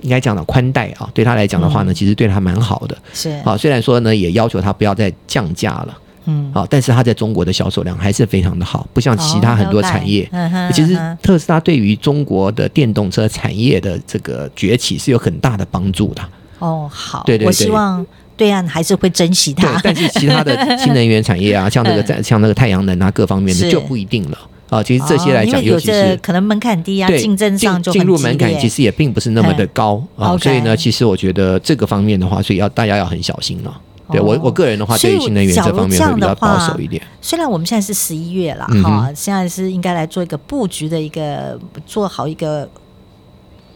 Speaker 4: 应该讲的宽带啊，对他来讲的
Speaker 3: 嗯
Speaker 4: 话呢，其实对他蛮好的。
Speaker 3: 是
Speaker 4: 好、虽然说呢，也要求他不要再降价了，
Speaker 3: 嗯
Speaker 4: 好、但是它在中国的销售量还是非常的好，不像其他很多产业
Speaker 3: 哦。了解嗯哼
Speaker 4: 其实
Speaker 3: 嗯哼
Speaker 4: 特斯拉对于中国的电动车产业的这个崛起是有很大的帮助 的。
Speaker 3: 哦好，
Speaker 4: 对对
Speaker 3: 我
Speaker 4: 对
Speaker 3: 希望对岸还是会珍惜
Speaker 4: 对
Speaker 3: 它，，
Speaker 4: 但是其他的新能源产业啊，像这个在像那个太阳能啊，各方面的
Speaker 3: 嗯是
Speaker 4: 就不一定了啊。其实这些来
Speaker 3: 哦因
Speaker 4: 讲，
Speaker 3: 为
Speaker 4: 尤
Speaker 3: 有
Speaker 4: 其
Speaker 3: 这
Speaker 4: 是。
Speaker 3: 可能门槛低啊，
Speaker 4: 对，
Speaker 3: 竞争上就
Speaker 4: 进
Speaker 3: 很
Speaker 4: 进入门
Speaker 3: 激
Speaker 4: 槛
Speaker 3: 烈嗯
Speaker 4: 其实也并不是那么的高啊，
Speaker 3: OK
Speaker 4: 所以呢，其实我觉得这个方面的话，所以要大家要很小心了。对我
Speaker 3: 哦
Speaker 4: 我个人的话，
Speaker 3: 所以
Speaker 4: 对于新能源
Speaker 3: 假如
Speaker 4: 这方面
Speaker 3: 这
Speaker 4: 会
Speaker 3: 样
Speaker 4: 比
Speaker 3: 的
Speaker 4: 较保
Speaker 3: 话
Speaker 4: 守一点。
Speaker 3: 虽然我们现在是十一月了
Speaker 4: 嗯
Speaker 3: 哈、
Speaker 4: 哼
Speaker 3: 现在是应该来做一个布局的一个做好一个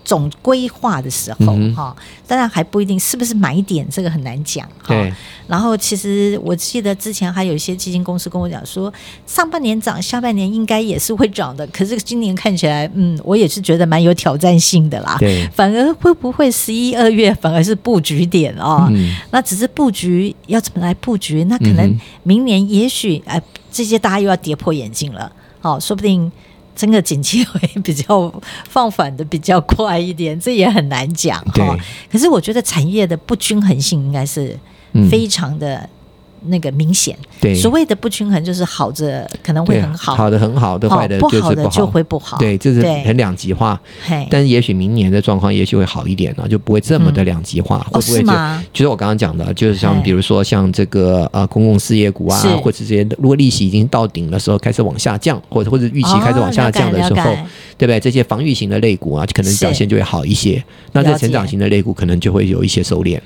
Speaker 3: 总规划的时候哈、
Speaker 4: 嗯哼
Speaker 3: 当然还不一定是不是买点，这个很难讲哈
Speaker 4: 对。
Speaker 3: 然后其实我记得之前还有一些基金公司跟我讲说，上半年涨，下半年应该也是会涨的，可是今年看起来，嗯，我也是觉得蛮有挑战性的啦。
Speaker 4: 对
Speaker 3: 反而会不会十一二月反而是布局点哦？
Speaker 4: 嗯
Speaker 3: 那只是布局要怎么来布局？那可能
Speaker 4: 嗯
Speaker 3: 明年也许哎、这些大家又要跌破眼镜了，哦，说不定真的景气会比较放缓的比较快一点，这也很难讲哈、
Speaker 4: 对
Speaker 3: 可是我觉得产业的不均衡性应该是
Speaker 4: 嗯
Speaker 3: 非常的那个明显。
Speaker 4: 对，
Speaker 3: 啊所谓的不均衡就是好着可能啊会
Speaker 4: 对啊
Speaker 3: 很好，
Speaker 4: 好的很好的，
Speaker 3: 哦
Speaker 4: 坏的
Speaker 3: 不
Speaker 4: 就是
Speaker 3: 好的
Speaker 4: 不
Speaker 3: 就
Speaker 4: 好
Speaker 3: 会不好。
Speaker 4: 对，这是
Speaker 3: 对
Speaker 4: 很两极化。
Speaker 3: 嘿，
Speaker 4: 但是也许明年的状况也许会好一点啊呢、就不会这么的两极化，会不
Speaker 3: 哦
Speaker 4: 会
Speaker 3: 是
Speaker 4: 就？
Speaker 3: 吗
Speaker 4: 就是我刚刚讲的，就是像
Speaker 3: 哎
Speaker 4: 比如说像这个呃公共事业股啊
Speaker 3: 是，
Speaker 4: 或者这些，如果利息已经到顶的时候开始往下降，或者或者预期开始往下降的时
Speaker 3: 哦
Speaker 4: 候，
Speaker 3: 了解了解
Speaker 4: 对不对？这些防御型的类股啊，可能
Speaker 3: 是
Speaker 4: 表现就会好一些。那这
Speaker 3: 了解
Speaker 4: 成长型的类股可能就会有一些收敛。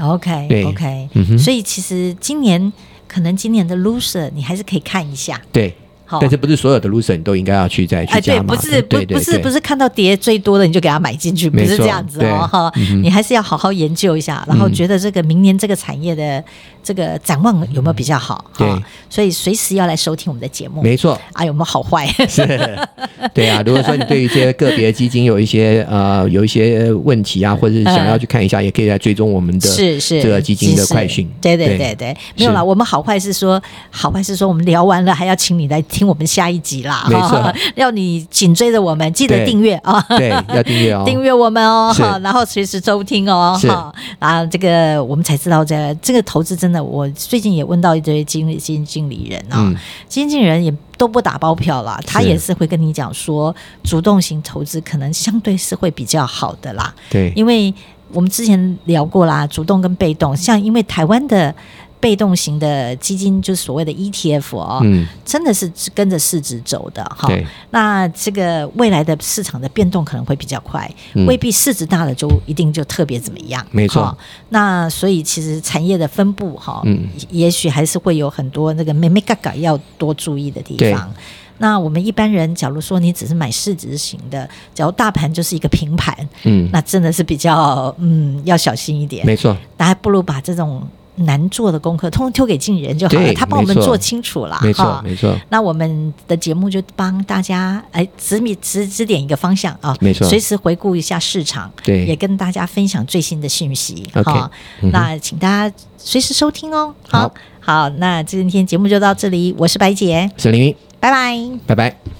Speaker 3: OK
Speaker 4: 对
Speaker 3: OK，、
Speaker 4: 嗯哼
Speaker 3: 所以其实今年可能今年的 loser 你还是可以看一下，
Speaker 4: 对，
Speaker 3: 好
Speaker 4: 但是不是所有的 loser 你都应该要去再去
Speaker 3: 哎，对
Speaker 4: 加，码
Speaker 3: 不
Speaker 4: 的？
Speaker 3: 是不
Speaker 4: 对对
Speaker 3: 不是
Speaker 4: 对
Speaker 3: 不是看到跌最多的你就给它买进去，不
Speaker 4: 没
Speaker 3: 是这
Speaker 4: 错
Speaker 3: 样子
Speaker 4: 对嗯
Speaker 3: 哦哈，你还是要好好研究一下，然后觉得这个明年这个产业的这个展望有没有比较好
Speaker 4: 对
Speaker 3: 哈，所以随时要来收听我们的节目，
Speaker 4: 没错，
Speaker 3: 啊有没有好坏？
Speaker 4: 是， 对啊。如果说你对于这些个别基金有一些呃有一些问题啊，或者是想要去看一下，也可以来追踪我们的
Speaker 3: 嗯是是
Speaker 4: 这个基金的快讯
Speaker 3: 是。对对对对，没有啦，
Speaker 4: 是
Speaker 3: 我们好坏是说好坏是说我们聊完了还要请你来听我们下一集啦，
Speaker 4: 没错
Speaker 3: 哈 要你紧追着我们，记得
Speaker 4: 对
Speaker 3: 订阅啊。
Speaker 4: 对，要订阅哦，
Speaker 3: 订阅我们哦，
Speaker 4: 是
Speaker 3: 哈，然后随时收听哦，
Speaker 4: 是
Speaker 3: 哈，啊，这个我们才知道这个这个投资真的，我最近也问到一堆经理基金经理人啊、
Speaker 4: 嗯
Speaker 3: 基金经理人也都不打包票啦，他
Speaker 4: 是
Speaker 3: 也是会跟你讲说，主动型投资可能相对是会比较好的啦，
Speaker 4: 对，
Speaker 3: 因为我们之前聊过啦，主动跟被
Speaker 4: 嗯
Speaker 3: 动，像因为台湾的被动型的基金就是所谓的 ETF 哦，
Speaker 4: 嗯，
Speaker 3: 真的是跟着市值走的哈。
Speaker 4: 对，
Speaker 3: 那这个未来的市场的变动可能会比较快，
Speaker 4: 嗯
Speaker 3: 未必市值大了就一定就特别怎么样。
Speaker 4: 没错
Speaker 3: 哈那所以其实产业的分布哈，
Speaker 4: 嗯
Speaker 3: 也许还是会有很多那个妹妹嘎嘎要多注意的地方。那我们一般人，假如说你只是买市值型的，假如大盘就是一个平盘，
Speaker 4: 嗯，
Speaker 3: 那真的是比较嗯要小心一点。
Speaker 4: 没错，
Speaker 3: 那还不如把这种难做的功课，通通丢给进人就好了，
Speaker 4: 对
Speaker 3: 他帮我们
Speaker 4: 没错
Speaker 3: 做清楚了
Speaker 4: 没错，
Speaker 3: 哈。
Speaker 4: 没错，
Speaker 3: 那我们的节目就帮大家哎指米指指点一个方向啊，
Speaker 4: 没错
Speaker 3: 随时回顾一下市场，
Speaker 4: 对
Speaker 3: 也跟大家分享最新的讯息
Speaker 4: OK，嗯哼
Speaker 3: 那请大家随时收听哦。
Speaker 4: 好
Speaker 3: 好，那今天节目就到这里，我是白姐，
Speaker 4: 沈凌云，
Speaker 3: 拜拜。
Speaker 4: 拜拜。